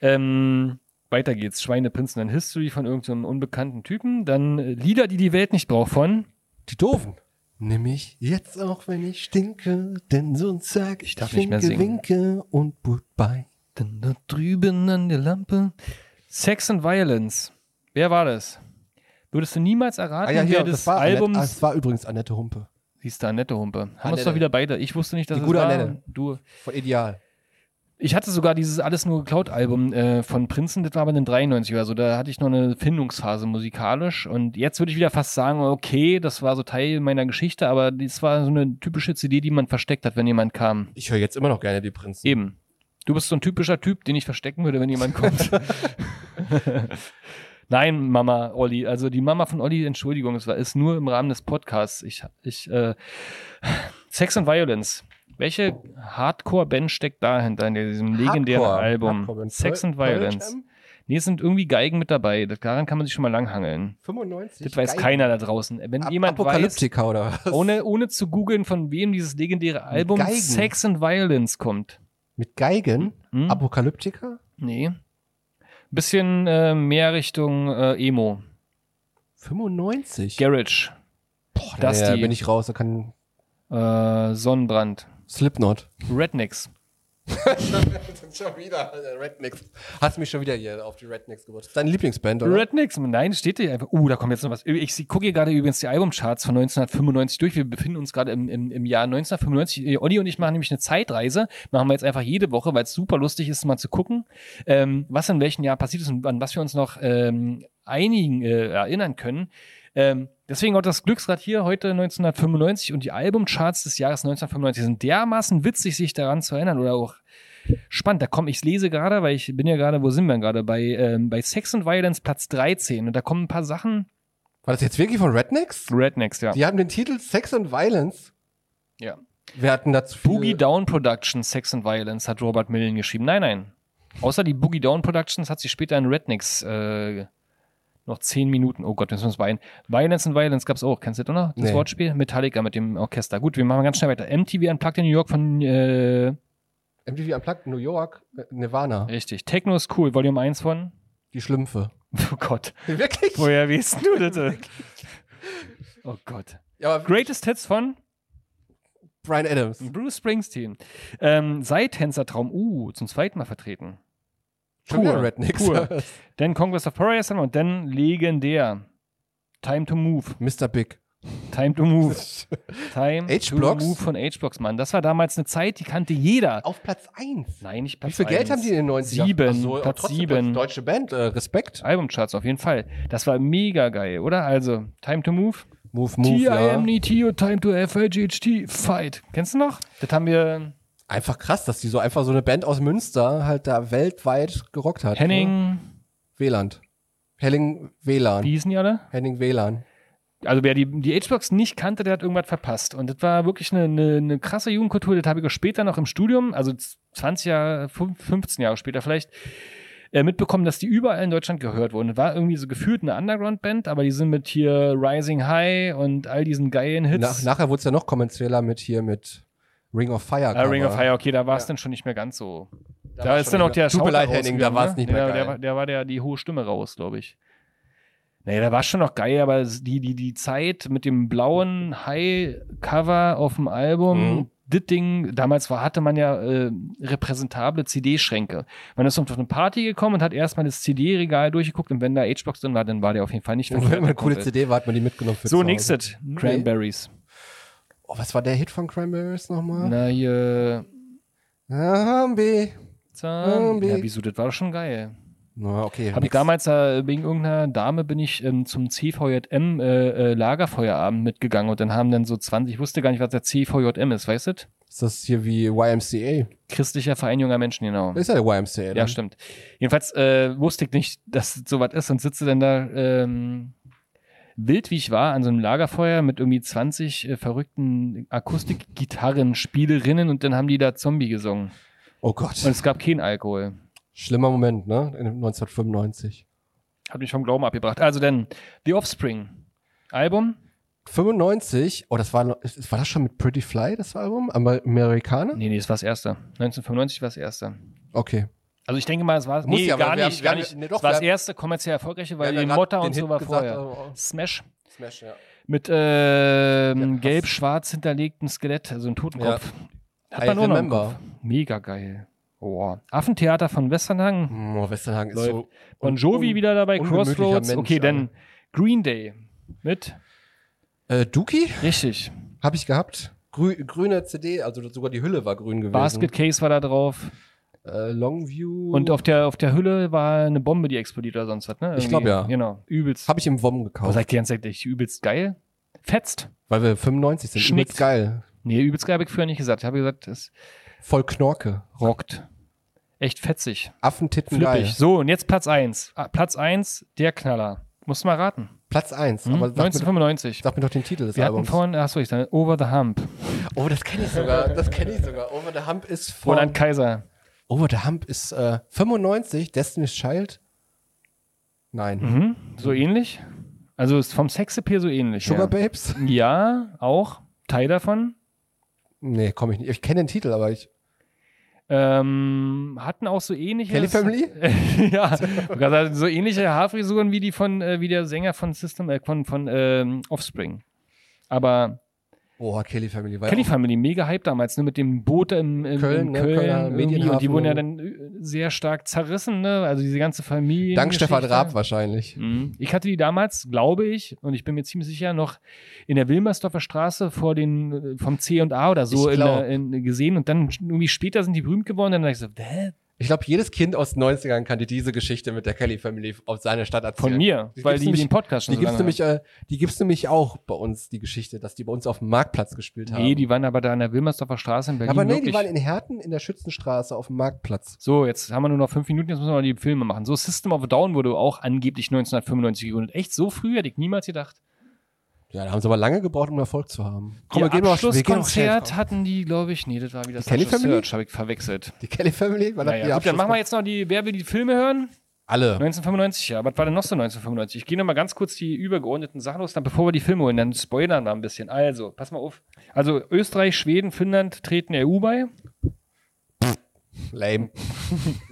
[SPEAKER 1] Ähm, weiter geht's. Schweineprinzen in History von irgendeinem unbekannten Typen. Dann äh, Lieder, die die Welt nicht braucht von
[SPEAKER 2] Die Doofen. Nämlich jetzt auch, wenn ich stinke, denn sonst sag ich,
[SPEAKER 1] darf nicht mehr
[SPEAKER 2] winke,
[SPEAKER 1] singen.
[SPEAKER 2] winke und goodbye.
[SPEAKER 1] Dann da drüben an der Lampe. Sex and Violence. Wer war das? Würdest du niemals erraten, wer des Albums.
[SPEAKER 2] Annette, ah, das war übrigens Annette Humpe.
[SPEAKER 1] Siehst du, Annette Humpe. Haben uns
[SPEAKER 2] Annette.
[SPEAKER 1] doch wieder beide. Ich wusste nicht, dass
[SPEAKER 2] Die
[SPEAKER 1] es
[SPEAKER 2] gute
[SPEAKER 1] war.
[SPEAKER 2] Annette.
[SPEAKER 1] Du.
[SPEAKER 2] Von Ideal.
[SPEAKER 1] Ich hatte sogar dieses Alles nur geklaut Album äh, von Prinzen, das war aber in den 93 oder so. Da hatte ich noch eine Findungsphase musikalisch. Und jetzt würde ich wieder fast sagen, okay, das war so Teil meiner Geschichte, aber das war so eine typische CD, die man versteckt hat, wenn jemand kam.
[SPEAKER 2] Ich höre jetzt immer noch gerne die Prinzen.
[SPEAKER 1] Eben. Du bist so ein typischer Typ, den ich verstecken würde, wenn jemand
[SPEAKER 2] [laughs]
[SPEAKER 1] kommt. Nein, Mama Olli. Also die Mama von Olli, Entschuldigung, es war ist nur im Rahmen des Podcasts. Ich, ich, äh, Sex and Violence. Welche Hardcore-Band steckt dahinter in diesem legendären
[SPEAKER 2] Hardcore.
[SPEAKER 1] Album?
[SPEAKER 2] Hardcore Band.
[SPEAKER 1] Sex and
[SPEAKER 2] Pearl- Pearl
[SPEAKER 1] Violence.
[SPEAKER 2] Jam?
[SPEAKER 1] Nee, es sind irgendwie Geigen mit dabei. Das- Daran kann man sich schon mal langhangeln.
[SPEAKER 2] 95.
[SPEAKER 1] Das weiß
[SPEAKER 2] Geil.
[SPEAKER 1] keiner da draußen. Wenn
[SPEAKER 2] Ap-
[SPEAKER 1] jemand weiß,
[SPEAKER 2] Apokalyptika oder was?
[SPEAKER 1] ohne, ohne zu googeln, von wem dieses legendäre Album
[SPEAKER 2] Geigen.
[SPEAKER 1] Sex and Violence kommt.
[SPEAKER 2] Mit Geigen?
[SPEAKER 1] Hm?
[SPEAKER 2] Apokalyptika?
[SPEAKER 1] Nee. Bisschen äh, mehr Richtung äh, Emo.
[SPEAKER 2] 95.
[SPEAKER 1] Garage.
[SPEAKER 2] Boah,
[SPEAKER 1] das
[SPEAKER 2] das ja,
[SPEAKER 1] die-
[SPEAKER 2] bin ich raus. Da kann
[SPEAKER 1] Äh, Sonnenbrand.
[SPEAKER 2] Slipknot.
[SPEAKER 1] Rednecks.
[SPEAKER 2] [laughs] schon wieder Rednecks. Hast mich schon wieder hier auf die Rednecks gebracht. Deine Lieblingsband, oder?
[SPEAKER 1] Rednecks. Nein, steht hier einfach. Uh, da kommt jetzt noch was. Ich gucke hier gerade übrigens die Albumcharts von 1995 durch. Wir befinden uns gerade im, im, im Jahr 1995. Äh, Olli und ich machen nämlich eine Zeitreise. Machen wir jetzt einfach jede Woche, weil es super lustig ist, mal zu gucken, ähm, was in welchem Jahr passiert ist und an was wir uns noch ähm, einigen äh, erinnern können. Ähm, deswegen auch das Glücksrad hier heute 1995 und die Albumcharts des Jahres 1995 sind dermaßen witzig, sich daran zu erinnern oder auch spannend. Da komme ich lese gerade, weil ich bin ja gerade, wo sind wir denn gerade? Bei, ähm, bei Sex and Violence Platz 13 und da kommen ein paar Sachen.
[SPEAKER 2] War das jetzt wirklich von Rednecks?
[SPEAKER 1] Rednecks, ja.
[SPEAKER 2] Die haben den Titel Sex and Violence.
[SPEAKER 1] ja.
[SPEAKER 2] Wir hatten dazu viel-
[SPEAKER 1] Boogie Down Productions Sex and Violence hat Robert Millen geschrieben. Nein, nein. Außer die Boogie Down Productions hat sie später in Rednecks äh, noch 10 Minuten. Oh Gott, müssen wir uns beeilen. Violence and Violence gab es auch. Kennst du das noch? Das
[SPEAKER 2] Nee.
[SPEAKER 1] Wortspiel? Metallica mit dem Orchester. Gut, wir machen ganz schnell weiter. MTV Unplugged in New York von äh,
[SPEAKER 2] MTV Unplugged, New York, äh, Nirvana.
[SPEAKER 1] richtig. Techno ist cool, Volume 1 von. [laughs]
[SPEAKER 2] Die Schlümpfe. [laughs]
[SPEAKER 1] Oh Gott.
[SPEAKER 2] Wirklich?
[SPEAKER 1] Woher weißt du das? [laughs] oh Gott.
[SPEAKER 2] Ja, aber
[SPEAKER 1] Greatest Hits von
[SPEAKER 2] Brian Adams.
[SPEAKER 1] Bruce Springsteen. Ähm, Seitänzertraum, uh, zum zweiten Mal vertreten.
[SPEAKER 2] Schon wieder
[SPEAKER 1] Pur,
[SPEAKER 2] Rednecks. [laughs]
[SPEAKER 1] pur. Dann Conquest of Paradise und dann legendär. Time to move. [laughs]
[SPEAKER 2] Mr. Big.
[SPEAKER 1] Time to move.
[SPEAKER 2] [laughs]
[SPEAKER 1] Time to
[SPEAKER 2] H-Blocks?
[SPEAKER 1] move von H-Blocks, Mann. Das war damals eine Zeit, die kannte jeder.
[SPEAKER 2] Auf Platz 1.
[SPEAKER 1] Nein, nicht
[SPEAKER 2] Wie
[SPEAKER 1] Platz
[SPEAKER 2] viel Geld
[SPEAKER 1] eins.
[SPEAKER 2] haben die in den 90ern?
[SPEAKER 1] Sieben,
[SPEAKER 2] Ach so,
[SPEAKER 1] Platz
[SPEAKER 2] trotzdem
[SPEAKER 1] sieben.
[SPEAKER 2] Deutsche Band, äh, Respekt.
[SPEAKER 1] Albumcharts auf jeden Fall. Das war mega geil, oder? Also, Time to Move.
[SPEAKER 2] Move,
[SPEAKER 1] T-I-M-N-E-T E und Time to F-I-G-H-T. Fight. Kennst du noch? Das haben wir
[SPEAKER 2] Einfach krass, dass die so einfach so eine Band aus Münster halt da weltweit gerockt hat. Ne?
[SPEAKER 1] Henning.
[SPEAKER 2] Wieland. Henning Wieland.
[SPEAKER 1] Wie hießen die alle?
[SPEAKER 2] Henning Wieland.
[SPEAKER 1] also wer die, die H-Box nicht kannte, der hat irgendwas verpasst. Und das war wirklich eine, eine, eine krasse Jugendkultur. Das habe ich auch später noch im Studium, also 20 Jahre, 5, 15 Jahre später vielleicht, äh, mitbekommen, dass die überall in Deutschland gehört wurden. Das war irgendwie so gefühlt eine Underground-Band, aber die sind mit hier Rising High und all diesen geilen
[SPEAKER 2] Nach,
[SPEAKER 1] Hits.
[SPEAKER 2] nachher wurde es ja noch kommerzieller mit hier mit Ring of Fire.
[SPEAKER 1] Ah, Ring of
[SPEAKER 2] Cover.
[SPEAKER 1] Fire, okay, da war es dann schon nicht mehr ganz so. Da,
[SPEAKER 2] war's
[SPEAKER 1] ist
[SPEAKER 2] schon
[SPEAKER 1] dann auch
[SPEAKER 2] nicht
[SPEAKER 1] der
[SPEAKER 2] mehr- Tut mir
[SPEAKER 1] Schauter
[SPEAKER 2] leid, Henning, da
[SPEAKER 1] rausgegangen,
[SPEAKER 2] war's
[SPEAKER 1] ne?
[SPEAKER 2] nicht mehr
[SPEAKER 1] Der, der,
[SPEAKER 2] geil.
[SPEAKER 1] war- der war der, die hohe Stimme raus, glaube ich. Naja, da war schon noch geil, aber s- die, die, die Zeit mit dem blauen High-Cover auf dem Album,
[SPEAKER 2] Mhm.
[SPEAKER 1] das Ding, damals war, hatte man ja äh, repräsentable CD-Schränke. Man ist auf eine Party gekommen und hat erstmal das CD-Regal durchgeguckt und wenn da H-Box drin war, dann war der auf jeden Fall nicht
[SPEAKER 2] Und wenn man eine coole
[SPEAKER 1] komplett.
[SPEAKER 2] CD war, hat man die mitgenommen. Für zu
[SPEAKER 1] So,
[SPEAKER 2] Hause.
[SPEAKER 1] nächstes. Cranberries.
[SPEAKER 2] Oh, was war der Hit von Cranberries nochmal?
[SPEAKER 1] Na, hier.
[SPEAKER 2] Zombie.
[SPEAKER 1] Zahn.
[SPEAKER 2] Zombie.
[SPEAKER 1] Ja, wieso, das war doch schon geil.
[SPEAKER 2] Na, okay.
[SPEAKER 1] Habe ich
[SPEAKER 2] nix.
[SPEAKER 1] damals äh, wegen irgendeiner Dame bin ich ähm, zum CVJM äh, äh, Lagerfeuerabend mitgegangen und dann haben dann so 20, ich wusste gar nicht, was der CVJM ist, weißt du? das?
[SPEAKER 2] Ist das hier wie YMCA?
[SPEAKER 1] Christlicher Verein junger Menschen, genau.
[SPEAKER 2] Ist ja der YMCA, ne?
[SPEAKER 1] Ja, stimmt. Jedenfalls äh, wusste ich nicht, dass es sowas ist und sitze dann da ähm, wild wie ich war an so einem Lagerfeuer mit irgendwie 20 äh, verrückten Akustikgitarrenspielerinnen und dann haben die da Zombie gesungen.
[SPEAKER 2] Oh Gott.
[SPEAKER 1] Und es gab keinen Alkohol.
[SPEAKER 2] Schlimmer Moment, ne? In 1995.
[SPEAKER 1] Hat mich vom Glauben abgebracht. Also dann The Offspring. Album?
[SPEAKER 2] 95, oh, das war, noch- ist- war das schon mit Pretty Fly, das Album? Amer Amerikaner?
[SPEAKER 1] Nee, nee, es war das erste. 1995 war das erste.
[SPEAKER 2] Okay.
[SPEAKER 1] Also ich denke mal, es war
[SPEAKER 2] Muss
[SPEAKER 1] nee,
[SPEAKER 2] ja,
[SPEAKER 1] gar
[SPEAKER 2] weil wir
[SPEAKER 1] nicht,
[SPEAKER 2] haben-
[SPEAKER 1] gar
[SPEAKER 2] wir
[SPEAKER 1] nicht.
[SPEAKER 2] haben- nee, doch,
[SPEAKER 1] es war
[SPEAKER 2] wir
[SPEAKER 1] das
[SPEAKER 2] haben-
[SPEAKER 1] erste kommerziell erfolgreiche, weil
[SPEAKER 2] Wir
[SPEAKER 1] die
[SPEAKER 2] haben ja
[SPEAKER 1] Motta
[SPEAKER 2] grad
[SPEAKER 1] und
[SPEAKER 2] den
[SPEAKER 1] so
[SPEAKER 2] Hit
[SPEAKER 1] war
[SPEAKER 2] gesagt,
[SPEAKER 1] vorher.
[SPEAKER 2] oh, oh.
[SPEAKER 1] Smash
[SPEAKER 2] Smash, ja.
[SPEAKER 1] mit
[SPEAKER 2] Ja,
[SPEAKER 1] ähm,
[SPEAKER 2] krass.
[SPEAKER 1] gelb-schwarz hinterlegtem Skelett, also ein Totenkopf. Hat
[SPEAKER 2] I
[SPEAKER 1] man nur noch im
[SPEAKER 2] remember.
[SPEAKER 1] Kopf. Mega geil. Boah. Affentheater von Westernhagen.
[SPEAKER 2] Oh, Westernhagen ist
[SPEAKER 1] Läuft.
[SPEAKER 2] so.
[SPEAKER 1] Bon Jovi
[SPEAKER 2] un-
[SPEAKER 1] wieder dabei,
[SPEAKER 2] ungemütlicher
[SPEAKER 1] Crossroads.
[SPEAKER 2] Mensch,
[SPEAKER 1] okay, dann Green Day mit
[SPEAKER 2] Äh, Dookie?
[SPEAKER 1] richtig.
[SPEAKER 2] Habe ich gehabt. Grü grüne CD, also sogar die Hülle war grün gewesen.
[SPEAKER 1] Basket Case war da drauf.
[SPEAKER 2] Äh, Longview.
[SPEAKER 1] Und auf der, auf der Hülle war eine Bombe, die explodiert oder sonst was, ne?
[SPEAKER 2] Ich
[SPEAKER 1] Irgendwie.
[SPEAKER 2] glaub, ja.
[SPEAKER 1] Genau. Übelst.
[SPEAKER 2] Habe ich im WOM
[SPEAKER 1] Aber
[SPEAKER 2] gekauft.
[SPEAKER 1] sagt die ganze Zeit, ich übelst geil? Fetzt?
[SPEAKER 2] weil wir 95 sind.
[SPEAKER 1] Schmickt.
[SPEAKER 2] Übelst geil.
[SPEAKER 1] Nee, übelst geil habe ich früher nicht gesagt. Ich habe gesagt, es
[SPEAKER 2] Voll Knorke.
[SPEAKER 1] rockt. Echt fetzig.
[SPEAKER 2] Affentitten
[SPEAKER 1] Flippig.
[SPEAKER 2] geil.
[SPEAKER 1] So, und jetzt Platz 1. Platz 1, der Knaller. Musst du mal raten.
[SPEAKER 2] Platz 1.
[SPEAKER 1] Hm?
[SPEAKER 2] Aber sag mir,
[SPEAKER 1] 1995.
[SPEAKER 2] sag mir doch den Titel des
[SPEAKER 1] Wir hatten
[SPEAKER 2] Albums.
[SPEAKER 1] vorhin, achso, ich dachte, Over the Hump.
[SPEAKER 2] Oh, das kenne ich sogar. Das kenne ich sogar. Over the Hump ist von.
[SPEAKER 1] Roland Kaiser.
[SPEAKER 2] Over the Hump ist äh, 95. Destiny's Child. Nein.
[SPEAKER 1] Mhm. So ähnlich. Also ist vom Sexappeal so ähnlich.
[SPEAKER 2] Sugar
[SPEAKER 1] ja.
[SPEAKER 2] Babes?
[SPEAKER 1] Ja, auch. Teil davon.
[SPEAKER 2] Nee, komme ich nicht. Ich kenne den Titel, aber ich.
[SPEAKER 1] Ähm, hatten auch so ähnliche.
[SPEAKER 2] Kelly Family?
[SPEAKER 1] [laughs] ja, sogar so- so ähnliche Haarfrisuren wie die von äh, wie der Sänger von System äh, von, von ähm, Offspring. Aber
[SPEAKER 2] Boah, Kelly Family. War
[SPEAKER 1] Kelly
[SPEAKER 2] auch-
[SPEAKER 1] Family mega Hype damals, ne, mit dem Boot im, im
[SPEAKER 2] Köln,
[SPEAKER 1] in
[SPEAKER 2] ne,
[SPEAKER 1] Köln
[SPEAKER 2] Kölner
[SPEAKER 1] irgendwie. und die
[SPEAKER 2] Medienhafen
[SPEAKER 1] wurden ja
[SPEAKER 2] oder-
[SPEAKER 1] dann äh, sehr stark zerrissen, ne? Also diese ganze Familie.
[SPEAKER 2] Dank Stefan Raab wahrscheinlich.
[SPEAKER 1] Mhm. Ich hatte die damals, glaube ich, und ich bin mir ziemlich sicher, noch in der Wilmersdorfer Straße vor den, äh, vom C und A oder so
[SPEAKER 2] Ich
[SPEAKER 1] in der,
[SPEAKER 2] glaub.
[SPEAKER 1] in, gesehen und dann irgendwie später sind die berühmt geworden. Dann dachte ich so, hä?
[SPEAKER 2] Ich glaube, jedes Kind aus den 90ern kannte diese Geschichte mit der Kelly Family aus seiner Stadt erzählen.
[SPEAKER 1] Von mir,
[SPEAKER 2] Die
[SPEAKER 1] weil
[SPEAKER 2] gibt's
[SPEAKER 1] die
[SPEAKER 2] nämlich-
[SPEAKER 1] den Podcast schon
[SPEAKER 2] Die
[SPEAKER 1] so
[SPEAKER 2] gibt's
[SPEAKER 1] lange
[SPEAKER 2] nämlich, äh, die gibt's nämlich auch bei uns, die Geschichte, dass die bei uns auf dem Marktplatz gespielt haben.
[SPEAKER 1] Nee, die waren aber da in der Wilmersdorfer Straße in Berlin.
[SPEAKER 2] aber nee,
[SPEAKER 1] wirklich.
[SPEAKER 2] die waren in Herten in der Schützenstraße auf dem Marktplatz.
[SPEAKER 1] so, jetzt haben wir nur noch fünf Minuten, jetzt müssen wir mal die Filme machen. So, System of a Down wurde auch angeblich 1995 gegründet. Echt so früh hätte ich niemals gedacht.
[SPEAKER 2] Ja, da haben sie aber lange gebraucht, um Erfolg zu haben.
[SPEAKER 1] Ihr
[SPEAKER 2] mal- schnell
[SPEAKER 1] Abschlusskonzert
[SPEAKER 2] drauf.
[SPEAKER 1] hatten die, glaube ich, nee, das war wieder das
[SPEAKER 2] Kelly Family?
[SPEAKER 1] habe ich verwechselt.
[SPEAKER 2] Die Kelly Family? War das
[SPEAKER 1] Naja,
[SPEAKER 2] ihr
[SPEAKER 1] gut, dann machen Ne? wir
[SPEAKER 2] Abschluss-
[SPEAKER 1] jetzt noch die, wer will die Filme hören?
[SPEAKER 2] alle.
[SPEAKER 1] 1995, ja. Was war denn noch so 1995? Ich gehe nochmal ganz kurz die übergeordneten Sachen los, dann bevor wir die Filme holen, dann spoilern wir ein bisschen. Also, pass mal auf. Also, Österreich, Schweden, Finnland treten der EU bei.
[SPEAKER 2] Lame.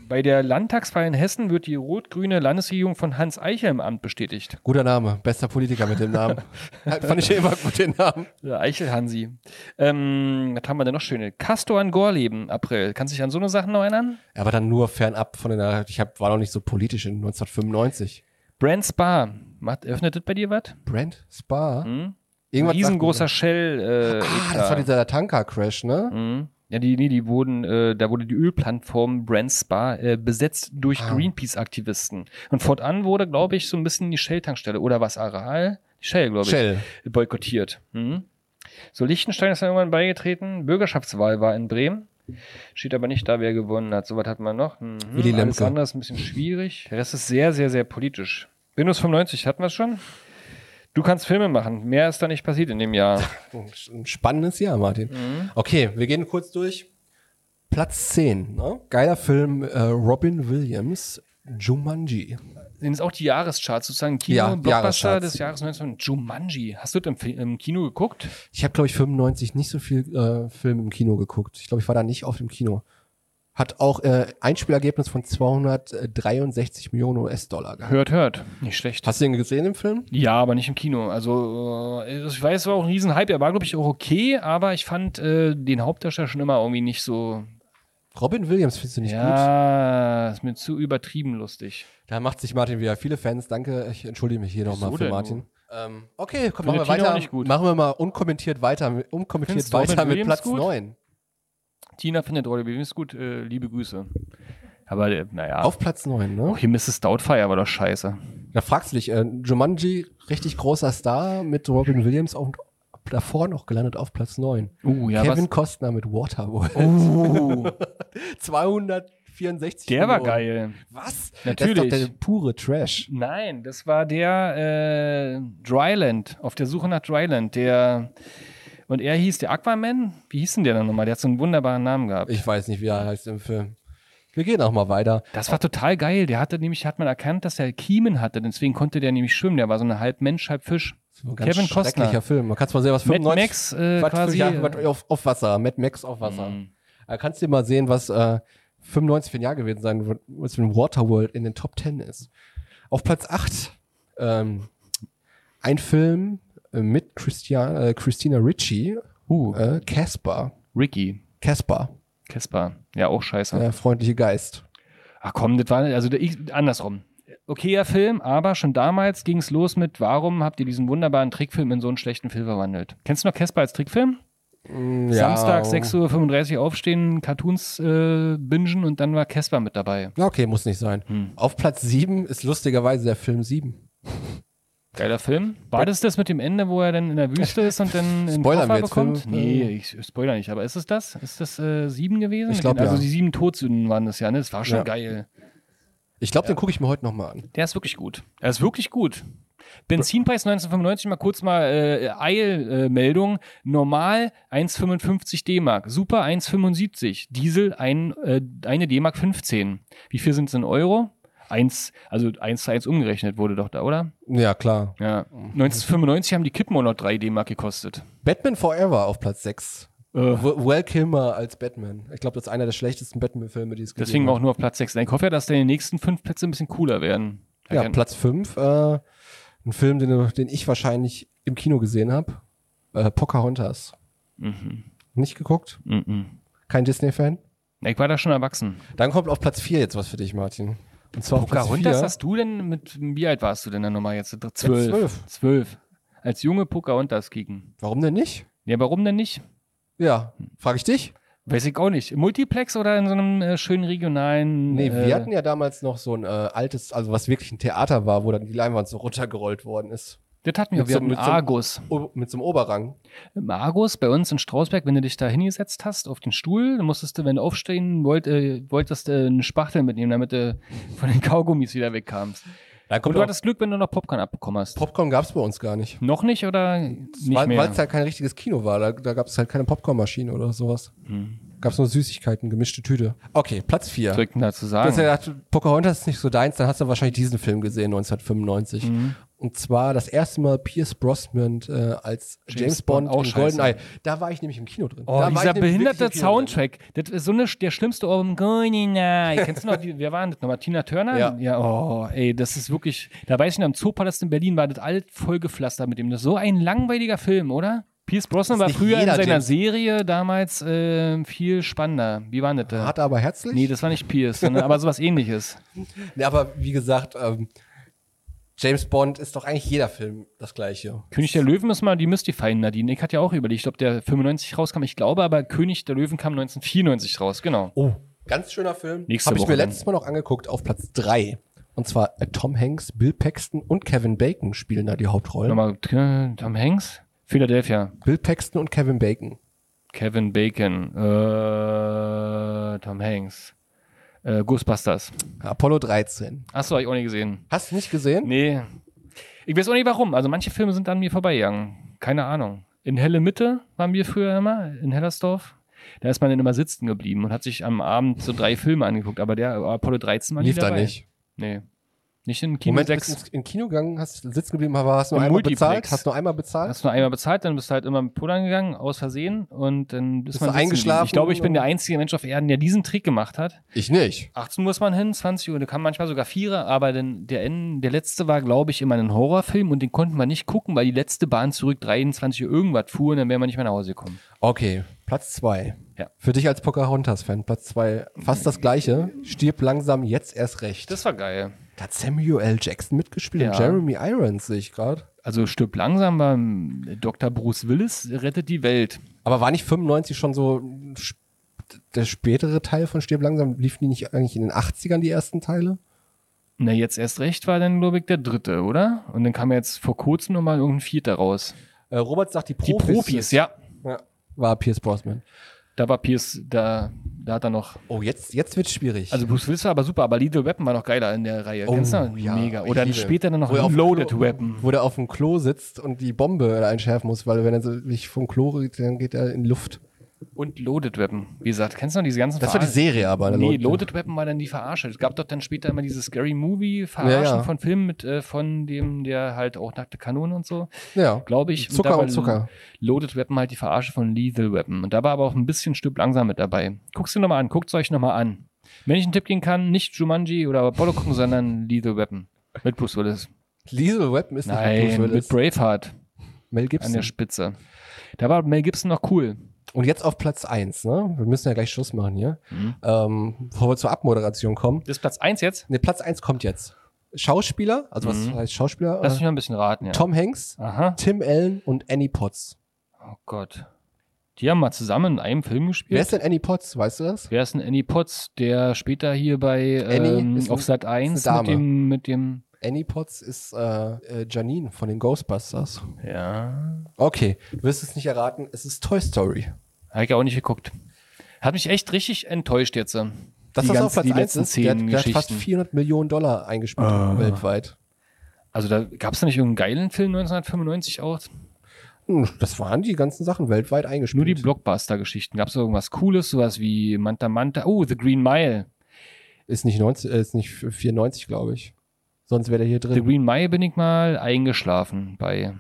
[SPEAKER 1] Bei der Landtagswahl in Hessen wird die rot-grüne Landesregierung von Hans Eichel im Amt bestätigt.
[SPEAKER 2] Guter Name. Bester Politiker mit
[SPEAKER 1] [laughs]
[SPEAKER 2] dem Namen. Halt, Fand ich immer gut den Namen.
[SPEAKER 1] Ja, Äh, Eichel Hansi. Ähm, was haben wir denn noch schöne? Castor an Gorleben, April. Kannst du dich an so eine Sachen noch erinnern?
[SPEAKER 2] Er war dann nur fernab von der, ich hab, war noch nicht so politisch in 1995.
[SPEAKER 1] Brand Spa. Macht, öffnet das bei dir was?
[SPEAKER 2] Brand Spa?
[SPEAKER 1] Hm?
[SPEAKER 2] Irgendwas sagt
[SPEAKER 1] Riesengroßer
[SPEAKER 2] mir-
[SPEAKER 1] Shell. Äh,
[SPEAKER 2] Ah,
[SPEAKER 1] Eklat.
[SPEAKER 2] das war dieser Tanker-Crash, ne?
[SPEAKER 1] Mhm. Ja, die, nee, die wurden, äh, da wurde die Ölplattform Brand Spa äh, besetzt durch
[SPEAKER 2] Ah.
[SPEAKER 1] Greenpeace-Aktivisten. Und fortan wurde, glaube ich, so ein bisschen die Shell-Tankstelle oder was Aral? Die Shell, glaube ich.
[SPEAKER 2] Shell.
[SPEAKER 1] boykottiert. Mhm. So, Liechtenstein ist dann irgendwann beigetreten. Bürgerschaftswahl war in Bremen. Steht aber nicht da, wer gewonnen hat. Soweit hat man noch. Mhm.
[SPEAKER 2] Willy
[SPEAKER 1] Alles
[SPEAKER 2] Lemke.
[SPEAKER 1] andere ist ein bisschen schwierig. Der Rest ist sehr, sehr, sehr politisch. Windows 95 hatten wir schon. Du kannst Filme machen. Mehr ist da nicht passiert in dem Jahr.
[SPEAKER 2] Ein spannendes Jahr, Martin.
[SPEAKER 1] Hm.
[SPEAKER 2] Okay, wir gehen kurz durch. Platz 10, ne? Geiler Film, äh, Robin Williams, Jumanji.
[SPEAKER 1] Sind es auch die Jahrescharts sozusagen? Kino,
[SPEAKER 2] Ja,
[SPEAKER 1] Blockbuster
[SPEAKER 2] Jahrescharts.
[SPEAKER 1] des Jahres 19. Jumanji. Hast du das im, Fi- im Kino geguckt?
[SPEAKER 2] Ich habe, glaube ich, 95 nicht so viel äh, Film im Kino geguckt. Ich glaube, ich war da nicht oft im Kino. Hat auch äh, Einspielergebnis von 263 Millionen US-Dollar gehabt.
[SPEAKER 1] Hört, hört. Nicht schlecht.
[SPEAKER 2] Hast du den gesehen im Film?
[SPEAKER 1] Ja, aber nicht im Kino. Also, äh, ich weiß, es war auch ein Riesenhype. Er war, glaube ich, auch okay, aber ich fand äh, den Hauptdarsteller schon immer irgendwie nicht so.
[SPEAKER 2] Robin Williams findest du nicht gut?
[SPEAKER 1] ja, ist mir zu übertrieben lustig.
[SPEAKER 2] Da macht sich Martin wieder viele Fans. Danke, ich entschuldige mich hier nochmal
[SPEAKER 1] Wieso
[SPEAKER 2] für
[SPEAKER 1] denn
[SPEAKER 2] Martin. Ähm, okay, komm, machen
[SPEAKER 1] Findet
[SPEAKER 2] wir
[SPEAKER 1] Tina auch
[SPEAKER 2] weiter.
[SPEAKER 1] nicht gut.
[SPEAKER 2] Machen wir mal unkommentiert weiter, unkommentiert
[SPEAKER 1] Findest
[SPEAKER 2] weiter
[SPEAKER 1] Robin
[SPEAKER 2] mit
[SPEAKER 1] Williams
[SPEAKER 2] Platz
[SPEAKER 1] gut?
[SPEAKER 2] 9.
[SPEAKER 1] Tina findet Rolle übrigens gut. Äh, liebe Grüße. Aber, äh, naja.
[SPEAKER 2] Auf Platz 9, ne?
[SPEAKER 1] auch hier Mrs. Doubtfire war doch scheiße.
[SPEAKER 2] Da fragst du dich, äh, Jumanji, richtig großer Star mit Robin Williams und davor noch gelandet auf Platz 9.
[SPEAKER 1] Uh, ja,
[SPEAKER 2] Kevin Costner mit Waterworld. [laughs]
[SPEAKER 1] was? Uh,
[SPEAKER 2] 264
[SPEAKER 1] der war
[SPEAKER 2] [laughs] Millionen.
[SPEAKER 1] geil.
[SPEAKER 2] Was?
[SPEAKER 1] Natürlich.
[SPEAKER 2] Das ist doch der pure Trash.
[SPEAKER 1] Nein, das war der äh, Dryland, auf der Suche nach Dryland, der und er hieß der Aquaman. Wie hieß denn der dann nochmal? Der hat so einen wunderbaren Namen gehabt.
[SPEAKER 2] Ich weiß nicht, wie er heißt im Film. Wir gehen auch mal weiter.
[SPEAKER 1] das war total geil. Der hatte nämlich, hat man erkannt, dass er Kiemen hatte. Deswegen konnte der nämlich schwimmen. Der war so eine halb Mensch, halb Fisch.
[SPEAKER 2] So ein
[SPEAKER 1] Kevin
[SPEAKER 2] schrecklicher
[SPEAKER 1] Costner.
[SPEAKER 2] Film. Man kann es mal sehen, was
[SPEAKER 1] Mad
[SPEAKER 2] 95
[SPEAKER 1] Max äh,
[SPEAKER 2] was
[SPEAKER 1] quasi.
[SPEAKER 2] für Jahr, was
[SPEAKER 1] äh,
[SPEAKER 2] auf, auf Wasser. Mad Max auf Wasser.
[SPEAKER 1] Mhm.
[SPEAKER 2] Da kannst du dir mal sehen, was äh, 95 für ein Jahr gewesen sein wird, was für ein Waterworld in den Top 10 ist. Auf Platz 8 ähm, ein Film äh, mit Christian, äh, Christina Ricci,
[SPEAKER 1] Uh,
[SPEAKER 2] äh, Casper.
[SPEAKER 1] Ricky.
[SPEAKER 2] Casper,
[SPEAKER 1] Casper. Ja, auch scheiße.
[SPEAKER 2] der freundliche Geist.
[SPEAKER 1] Ach komm, das war, also der, ich, andersrum. Okayer Film, aber schon damals ging es los mit, warum habt ihr diesen wunderbaren Trickfilm in so einen schlechten Film verwandelt? Kennst du noch Casper als Trickfilm? Samstag 6.35 Uhr aufstehen, Cartoons äh, bingen und dann war Casper mit dabei. Hm.
[SPEAKER 2] Ja, Okay, muss nicht sein. Auf Platz 7 ist lustigerweise der Film 7.
[SPEAKER 1] Geiler Film. War das das mit dem Ende, wo er dann in der Wüste ist und dann einen
[SPEAKER 2] Spoilern
[SPEAKER 1] Koffer
[SPEAKER 2] wir jetzt ne?
[SPEAKER 1] bekommt?
[SPEAKER 2] Filme?
[SPEAKER 1] Nee, ich spoiler nicht. Aber ist es das? Ist das äh, sieben gewesen?
[SPEAKER 2] Ich glaub,
[SPEAKER 1] Also
[SPEAKER 2] ja.
[SPEAKER 1] die sieben Todsünden waren das ja, ne? Das war schon
[SPEAKER 2] Ja.
[SPEAKER 1] geil.
[SPEAKER 2] Ich glaube, den gucke ich mir heute nochmal an.
[SPEAKER 1] Der ist wirklich gut. Er ist wirklich gut. Benzinpreis 1995, mal kurz mal äh, Eilmeldung. Normal 1,55 D-Mark. Super 1,75. Diesel ein, äh, eine D-Mark 15. Wie viel sind es in Euro? Eins, also eins zu eins umgerechnet wurde doch da, oder?
[SPEAKER 2] Ja, klar.
[SPEAKER 1] Ja. 1995 haben die Kippen auch noch 3 D-Mark gekostet.
[SPEAKER 2] Batman Forever auf Platz 6.
[SPEAKER 1] Äh,
[SPEAKER 2] Well Kilmer als Batman. Ich glaube, das ist einer der schlechtesten Batman-Filme, die es gibt.
[SPEAKER 1] Deswegen auch nur auf Platz 6. Ich hoffe ja, dass deine nächsten fünf Plätze ein bisschen cooler werden.
[SPEAKER 2] Ja,
[SPEAKER 1] Erkennt-
[SPEAKER 2] Platz 5. Äh, ein Film, den, den ich wahrscheinlich im Kino gesehen habe. Äh, Pocahontas.
[SPEAKER 1] Mhm.
[SPEAKER 2] Nicht geguckt?
[SPEAKER 1] Mhm.
[SPEAKER 2] Kein Disney-Fan?
[SPEAKER 1] Ich war da schon erwachsen.
[SPEAKER 2] Dann kommt auf Platz 4 jetzt was für dich, Martin. Und zwar auf Platz
[SPEAKER 1] Pocahontas
[SPEAKER 2] 4.
[SPEAKER 1] hast du denn mit, wie alt warst du denn dann nochmal jetzt? Dr-
[SPEAKER 2] zwölf.
[SPEAKER 1] Zwölf. Zwölf. Als junge Pocahontas kicken.
[SPEAKER 2] Warum denn nicht?
[SPEAKER 1] Ja, warum denn nicht?
[SPEAKER 2] Ja, frage ich dich.
[SPEAKER 1] Weiß ich auch nicht. Im Multiplex oder in so einem äh, schönen regionalen.
[SPEAKER 2] Nee,
[SPEAKER 1] äh,
[SPEAKER 2] wir hatten ja damals noch so ein äh, altes, also was wirklich ein Theater war, wo dann die Leinwand so runtergerollt worden ist.
[SPEAKER 1] Das hatten
[SPEAKER 2] mit
[SPEAKER 1] wir. Wir
[SPEAKER 2] so-
[SPEAKER 1] hatten
[SPEAKER 2] mit so-
[SPEAKER 1] Argus.
[SPEAKER 2] O mit so einem Oberrang.
[SPEAKER 1] Im Argus bei uns in Strausberg, wenn du dich da hingesetzt hast auf den Stuhl, dann musstest du, wenn du aufstehen wollt, äh, wolltest, äh, eine Spachtel mitnehmen, damit du [laughs] von den Kaugummis wieder wegkamst.
[SPEAKER 2] Dann
[SPEAKER 1] Aber
[SPEAKER 2] kommt
[SPEAKER 1] du
[SPEAKER 2] auch,
[SPEAKER 1] hattest Glück, wenn du noch Popcorn abbekommen hast.
[SPEAKER 2] Popcorn gab es bei uns gar nicht.
[SPEAKER 1] noch nicht oder nicht
[SPEAKER 2] Weil
[SPEAKER 1] mehr?
[SPEAKER 2] es halt kein richtiges Kino war. Da, da gab es halt keine Popcornmaschine oder sowas.
[SPEAKER 1] Hm.
[SPEAKER 2] Gab es nur Süßigkeiten, gemischte Tüte. Okay, Platz 4.
[SPEAKER 1] Was soll ich denn dazu
[SPEAKER 2] Du hast ja
[SPEAKER 1] sagen?
[SPEAKER 2] gedacht, Pocahontas ist nicht so deins, dann hast du wahrscheinlich diesen Film gesehen, 1995.
[SPEAKER 1] Mhm.
[SPEAKER 2] Und zwar das erste Mal Pierce Brosnan äh, als James, Bond,
[SPEAKER 1] Bond, auch
[SPEAKER 2] in
[SPEAKER 1] scheiße.
[SPEAKER 2] GoldenEye. Da war ich nämlich im Kino drin.
[SPEAKER 1] Oh,
[SPEAKER 2] da war
[SPEAKER 1] dieser
[SPEAKER 2] ich nämlich
[SPEAKER 1] behinderte
[SPEAKER 2] wirklich im Kino drin.
[SPEAKER 1] Soundtrack. Das ist so eine, der schlimmste Ohrwurm.
[SPEAKER 2] [laughs]
[SPEAKER 1] Goinina. Kennst du noch, die, wer war das nochmal? Tina Turner?
[SPEAKER 2] Ja.
[SPEAKER 1] oh, ey, das ist wirklich, da weiß ich noch, im Zoopalast in Berlin war das alt vollgepflastert mit dem. Das ist so ein langweiliger Film, oder? Pierce Brosnan
[SPEAKER 2] Ist
[SPEAKER 1] war
[SPEAKER 2] nicht
[SPEAKER 1] früher in
[SPEAKER 2] jeder
[SPEAKER 1] seiner
[SPEAKER 2] James-
[SPEAKER 1] Serie damals ähm, viel spannender. Wie war denn das? da?
[SPEAKER 2] Hart aber herzlich.
[SPEAKER 1] Nee, das war nicht Pierce, sondern aber sowas
[SPEAKER 2] [laughs]
[SPEAKER 1] ähnliches.
[SPEAKER 2] Nee, aber wie gesagt, ähm, James Bond ist doch eigentlich jeder Film das gleiche.
[SPEAKER 1] König der Löwen ist mal die Mystifying Nadine. Ich hatte ja auch überlegt, ob der 95 rauskam. Ich glaube aber, König der Löwen kam 1994 raus, genau.
[SPEAKER 2] Oh. Ganz schöner Film.
[SPEAKER 1] Nächste
[SPEAKER 2] Habe ich
[SPEAKER 1] Woche
[SPEAKER 2] mir
[SPEAKER 1] dann.
[SPEAKER 2] letztes Mal noch angeguckt auf Platz 3. Und zwar äh, Tom Hanks, Bill Paxton und Kevin Bacon spielen da die Hauptrollen.
[SPEAKER 1] Nochmal äh, Tom Hanks, Philadelphia,
[SPEAKER 2] Bill Paxton und Kevin Bacon.
[SPEAKER 1] Kevin Bacon, äh, Tom Hanks, äh, Ghostbusters.
[SPEAKER 2] Apollo 13.
[SPEAKER 1] Achso, hab ich auch nie gesehen.
[SPEAKER 2] Hast du nicht gesehen?
[SPEAKER 1] Nee. Ich weiß auch nicht warum. Also manche Filme sind an mir vorbeigegangen. Keine Ahnung. In Helle Mitte waren wir früher immer, in Hellersdorf. Da ist man dann immer sitzen geblieben und hat sich am Abend so drei Filme angeguckt. Aber der Apollo 13 war nie
[SPEAKER 2] Lief da
[SPEAKER 1] dabei.
[SPEAKER 2] nicht.
[SPEAKER 1] Nee. Nicht in Kino
[SPEAKER 2] Moment,
[SPEAKER 1] 6.
[SPEAKER 2] bist du in Kino gegangen, hast sitzen geblieben, aber hast nur
[SPEAKER 1] Im
[SPEAKER 2] einmal
[SPEAKER 1] Multiplex.
[SPEAKER 2] bezahlt? Hast nur einmal bezahlt?
[SPEAKER 1] Hast du nur einmal bezahlt, dann bist du halt immer mit Pudern gegangen, aus Versehen. Und dann bist,
[SPEAKER 2] Bist
[SPEAKER 1] man
[SPEAKER 2] du
[SPEAKER 1] sitzen geblieben.
[SPEAKER 2] eingeschlafen?
[SPEAKER 1] Ich glaube, ich bin der einzige Mensch auf Erden, der diesen Trick gemacht hat.
[SPEAKER 2] ich nicht.
[SPEAKER 1] 18 Uhr ist man hin, 20 Uhr, da kam manchmal sogar Vierer, aber dann der, Ende- der letzte war, glaube ich, immer ein Horrorfilm und den konnten wir nicht gucken, weil die letzte Bahn zurück 23 Uhr irgendwas fuhr und dann wäre man nicht mehr nach Hause gekommen.
[SPEAKER 2] Okay, Platz zwei.
[SPEAKER 1] Ja.
[SPEAKER 2] Für dich als Pocahontas-Fan, Platz zwei, fast das gleiche. Stirb langsam, jetzt erst recht.
[SPEAKER 1] Das war geil.
[SPEAKER 2] da hat Samuel L. Jackson mitgespielt und
[SPEAKER 1] Ja.
[SPEAKER 2] Jeremy Irons, sehe ich gerade.
[SPEAKER 1] Also stirb langsam war ähm, Dr. Bruce Willis rettet die Welt.
[SPEAKER 2] Aber war nicht 95 schon so sp- der spätere Teil von Stirb langsam? Liefen die nicht eigentlich in den 80ern die ersten Teile?
[SPEAKER 1] Na, jetzt erst recht war dann, glaube ich, der dritte, oder? Und dann kam jetzt vor kurzem nochmal irgendein Vierter raus.
[SPEAKER 2] Äh, Robert sagt, die
[SPEAKER 1] Die
[SPEAKER 2] Profis.
[SPEAKER 1] Profis, ja.
[SPEAKER 2] ja. War Pierce Brosnan.
[SPEAKER 1] Da war Pierce, da, da hat er noch.
[SPEAKER 2] Oh, jetzt, jetzt wird's schwierig.
[SPEAKER 1] Also Bruce Willis war aber super, aber Little Weapon war noch geiler in der Reihe.
[SPEAKER 2] Oh,
[SPEAKER 1] Kennst du?
[SPEAKER 2] ja,
[SPEAKER 1] Mega.
[SPEAKER 2] ich
[SPEAKER 1] Oder
[SPEAKER 2] liebe.
[SPEAKER 1] später dann noch
[SPEAKER 2] Wo er auf dem
[SPEAKER 1] Loaded
[SPEAKER 2] Klo-
[SPEAKER 1] Weapon.
[SPEAKER 2] wo der auf dem Klo sitzt und die Bombe einschärfen muss, weil wenn er so sich vom Klo riecht, dann geht er in Luft.
[SPEAKER 1] Und Loaded Weapon. Wie gesagt, kennst du noch diese ganzen
[SPEAKER 2] Das war die
[SPEAKER 1] Verarsch-
[SPEAKER 2] Serie aber. ne?
[SPEAKER 1] Nee, Loaded Weapon war dann die Verarsche. Es gab doch dann später immer diese Scary Movie Verarschen
[SPEAKER 2] Ja, ja.
[SPEAKER 1] von Filmen mit äh, von dem, der halt auch nackte Kanone und so,
[SPEAKER 2] Ja.
[SPEAKER 1] glaube ich.
[SPEAKER 2] Zucker
[SPEAKER 1] da war
[SPEAKER 2] und Zucker.
[SPEAKER 1] Loaded Weapon halt die Verarsche von Lethal Weapon. Und da war aber auch ein bisschen Stück langsam mit dabei. Guck's dir nochmal an, guckt's euch nochmal an. Wenn ich einen Tipp geben kann, nicht Jumanji oder Apollo gucken, sondern Lethal Weapon. Mit Bruce Willis.
[SPEAKER 2] Lethal Weapon ist
[SPEAKER 1] Nein,
[SPEAKER 2] nicht
[SPEAKER 1] mit
[SPEAKER 2] mit Bruce Willis.
[SPEAKER 1] Braveheart
[SPEAKER 2] Mel
[SPEAKER 1] an der
[SPEAKER 2] Gibson.
[SPEAKER 1] Spitze. Da war Mel Gibson noch cool.
[SPEAKER 2] Und jetzt auf Platz 1, ne? Wir müssen ja gleich Schluss machen hier. Ähm, bevor wir zur Abmoderation kommen.
[SPEAKER 1] Das ist Platz 1 jetzt.
[SPEAKER 2] Ne, Platz 1 kommt jetzt. Schauspieler, also was
[SPEAKER 1] Mhm.
[SPEAKER 2] heißt Schauspieler?
[SPEAKER 1] Lass mich
[SPEAKER 2] Äh,
[SPEAKER 1] mal ein bisschen raten. Ja.
[SPEAKER 2] Tom Hanks,
[SPEAKER 1] Aha.
[SPEAKER 2] Tim Allen und Annie Potts.
[SPEAKER 1] Oh Gott. Die haben mal zusammen in einem Film gespielt.
[SPEAKER 2] Wer ist denn Annie Potts, weißt du das?
[SPEAKER 1] Wer ist denn Annie Potts, der später hier bei
[SPEAKER 2] Annie
[SPEAKER 1] ähm,
[SPEAKER 2] ist
[SPEAKER 1] auf
[SPEAKER 2] ein-
[SPEAKER 1] Sat 1
[SPEAKER 2] ist eine
[SPEAKER 1] mit
[SPEAKER 2] Dame.
[SPEAKER 1] dem, mit dem
[SPEAKER 2] Annie Potts ist äh, äh, Janine von den Ghostbusters.
[SPEAKER 1] Ja.
[SPEAKER 2] Okay, du wirst es nicht erraten, es ist Toy Story.
[SPEAKER 1] Habe ich auch nicht geguckt. Hat mich echt richtig enttäuscht jetzt. ähm,
[SPEAKER 2] Das
[SPEAKER 1] die
[SPEAKER 2] was
[SPEAKER 1] ganzen-
[SPEAKER 2] auf Platz
[SPEAKER 1] die
[SPEAKER 2] 1
[SPEAKER 1] letzten
[SPEAKER 2] ist, der,
[SPEAKER 1] zehn
[SPEAKER 2] hat- der hat fast
[SPEAKER 1] Geschichten. Ah.
[SPEAKER 2] 400 Millionen Dollar eingespielt weltweit.
[SPEAKER 1] Also da gab es nicht irgendeinen geilen Film 1995 auch.
[SPEAKER 2] Hm, Das waren die ganzen Sachen weltweit eingespielt.
[SPEAKER 1] Nur die Blockbuster-Geschichten. Gab es irgendwas Cooles, sowas wie Manta Manta? Oh, The Green Mile.
[SPEAKER 2] ist nicht 90, äh, ist nicht 94, glaube ich. Sonst wäre der hier
[SPEAKER 1] The
[SPEAKER 2] drin.
[SPEAKER 1] Green Mile bin ich mal eingeschlafen bei.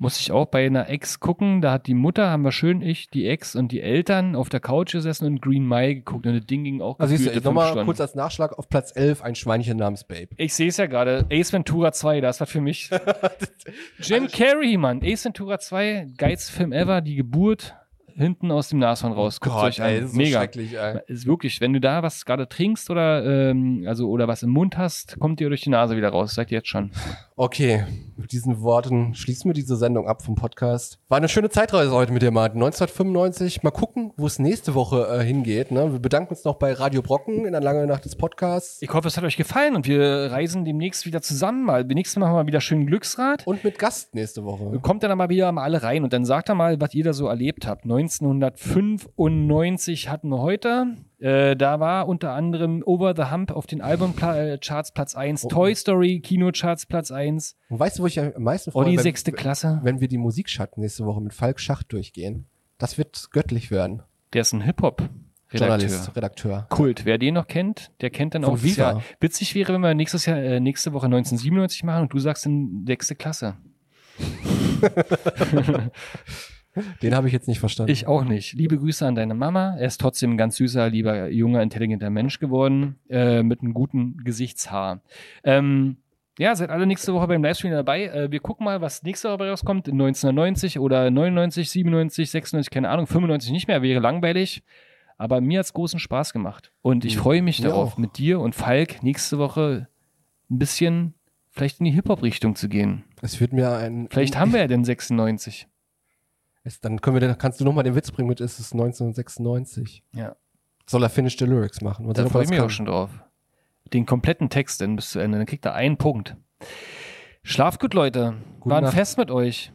[SPEAKER 1] Musste ich auch bei einer Ex gucken. Da hat die Mutter, haben wir schön ich, die Ex und die Eltern auf der Couch gesessen und Green Mile geguckt. Und das Ding ging auch
[SPEAKER 2] Also siehst
[SPEAKER 1] gefühlte
[SPEAKER 2] du,
[SPEAKER 1] fünf
[SPEAKER 2] nochmal
[SPEAKER 1] Stunden.
[SPEAKER 2] kurz als Nachschlag auf Platz 11 ein Schweinchen namens Babe.
[SPEAKER 1] Ich sehe es ja gerade. Ace Ventura 2, das war für
[SPEAKER 2] [laughs]
[SPEAKER 1] mich. Jim
[SPEAKER 2] Also-
[SPEAKER 1] Carrey, Mann. Ace Ventura 2, geilster Film ever. Die Geburt hinten aus dem Nashorn raus. Guckt euch an.
[SPEAKER 2] das ist so
[SPEAKER 1] Mega.
[SPEAKER 2] schrecklich, ey.
[SPEAKER 1] Ist wirklich, wenn du da was gerade trinkst oder, ähm, also, oder was im Mund hast, kommt dir durch die Nase wieder raus. Sagt jetzt schon.
[SPEAKER 2] Okay, mit diesen Worten schließen wir diese Sendung ab vom Podcast. War eine schöne Zeitreise heute mit dir, Martin. 1995. Mal gucken, wo es nächste Woche äh, hingeht. Ne? Wir bedanken uns noch bei Radio Brocken in der langen Nacht des Podcasts.
[SPEAKER 1] Ich hoffe, es hat euch gefallen und wir reisen demnächst wieder zusammen mal. Nächstes Mal machen wir wieder schön Glücksrad.
[SPEAKER 2] Und mit Gast nächste Woche.
[SPEAKER 1] Kommt dann mal wieder mal alle rein und dann sagt er mal, was ihr da so erlebt habt. 1995 hatten wir heute. Äh, da war unter anderem Over the Hump auf den Albumcharts Platz 1,
[SPEAKER 2] Oh.
[SPEAKER 1] Toy Story Kinocharts Platz 1,
[SPEAKER 2] Und weißt du, wo ich am meisten freue?
[SPEAKER 1] Olli
[SPEAKER 2] Oh, Wenn-
[SPEAKER 1] sechste Klasse.
[SPEAKER 2] wenn wir die Musikschacht nächste Woche mit Falk Schacht durchgehen. Das wird göttlich werden.
[SPEAKER 1] Der ist ein Hip-Hop-Redakteur.
[SPEAKER 2] Journalist, Redakteur.
[SPEAKER 1] Kult. Wer den noch kennt, der kennt dann
[SPEAKER 2] Von
[SPEAKER 1] auch das
[SPEAKER 2] Viva.
[SPEAKER 1] Jahr. Witzig wäre, wenn wir nächstes Jahr, äh, nächste Woche 1997 machen und du sagst in sechste Klasse.
[SPEAKER 2] Den habe ich jetzt nicht verstanden.
[SPEAKER 1] Ich auch nicht. Liebe Grüße an deine Mama. Er ist trotzdem ein ganz süßer, lieber, junger, intelligenter Mensch geworden, äh, mit einem guten Gesichtshaar. Ähm, ja, seid alle nächste Woche beim Livestream dabei. Äh, wir gucken mal, was nächste Woche rauskommt. In 1990 oder 99, 97, 96, keine Ahnung, 95 nicht mehr, wäre langweilig. Aber mir hat es großen Spaß gemacht. Und ich freue mich
[SPEAKER 2] Mhm. Mir
[SPEAKER 1] darauf,
[SPEAKER 2] auch.
[SPEAKER 1] mit dir und Falk nächste Woche ein bisschen vielleicht in die Hip-Hop-Richtung zu gehen.
[SPEAKER 2] es wird mir ein.
[SPEAKER 1] Vielleicht haben wir ja den 96.
[SPEAKER 2] Es, dann können wir, den- kannst du nochmal den Witz bringen mit, es ist 1996.
[SPEAKER 1] Ja.
[SPEAKER 2] Soll er Finish the Lyrics machen? Und
[SPEAKER 1] Da
[SPEAKER 2] dann
[SPEAKER 1] freue ich
[SPEAKER 2] das
[SPEAKER 1] mich auch
[SPEAKER 2] kann.
[SPEAKER 1] schon drauf. Den kompletten Text dann bis zu Ende. Dann kriegt er einen Punkt. Schlaft gut, Leute.
[SPEAKER 2] Gute
[SPEAKER 1] War ein
[SPEAKER 2] Nacht.
[SPEAKER 1] Fest mit euch.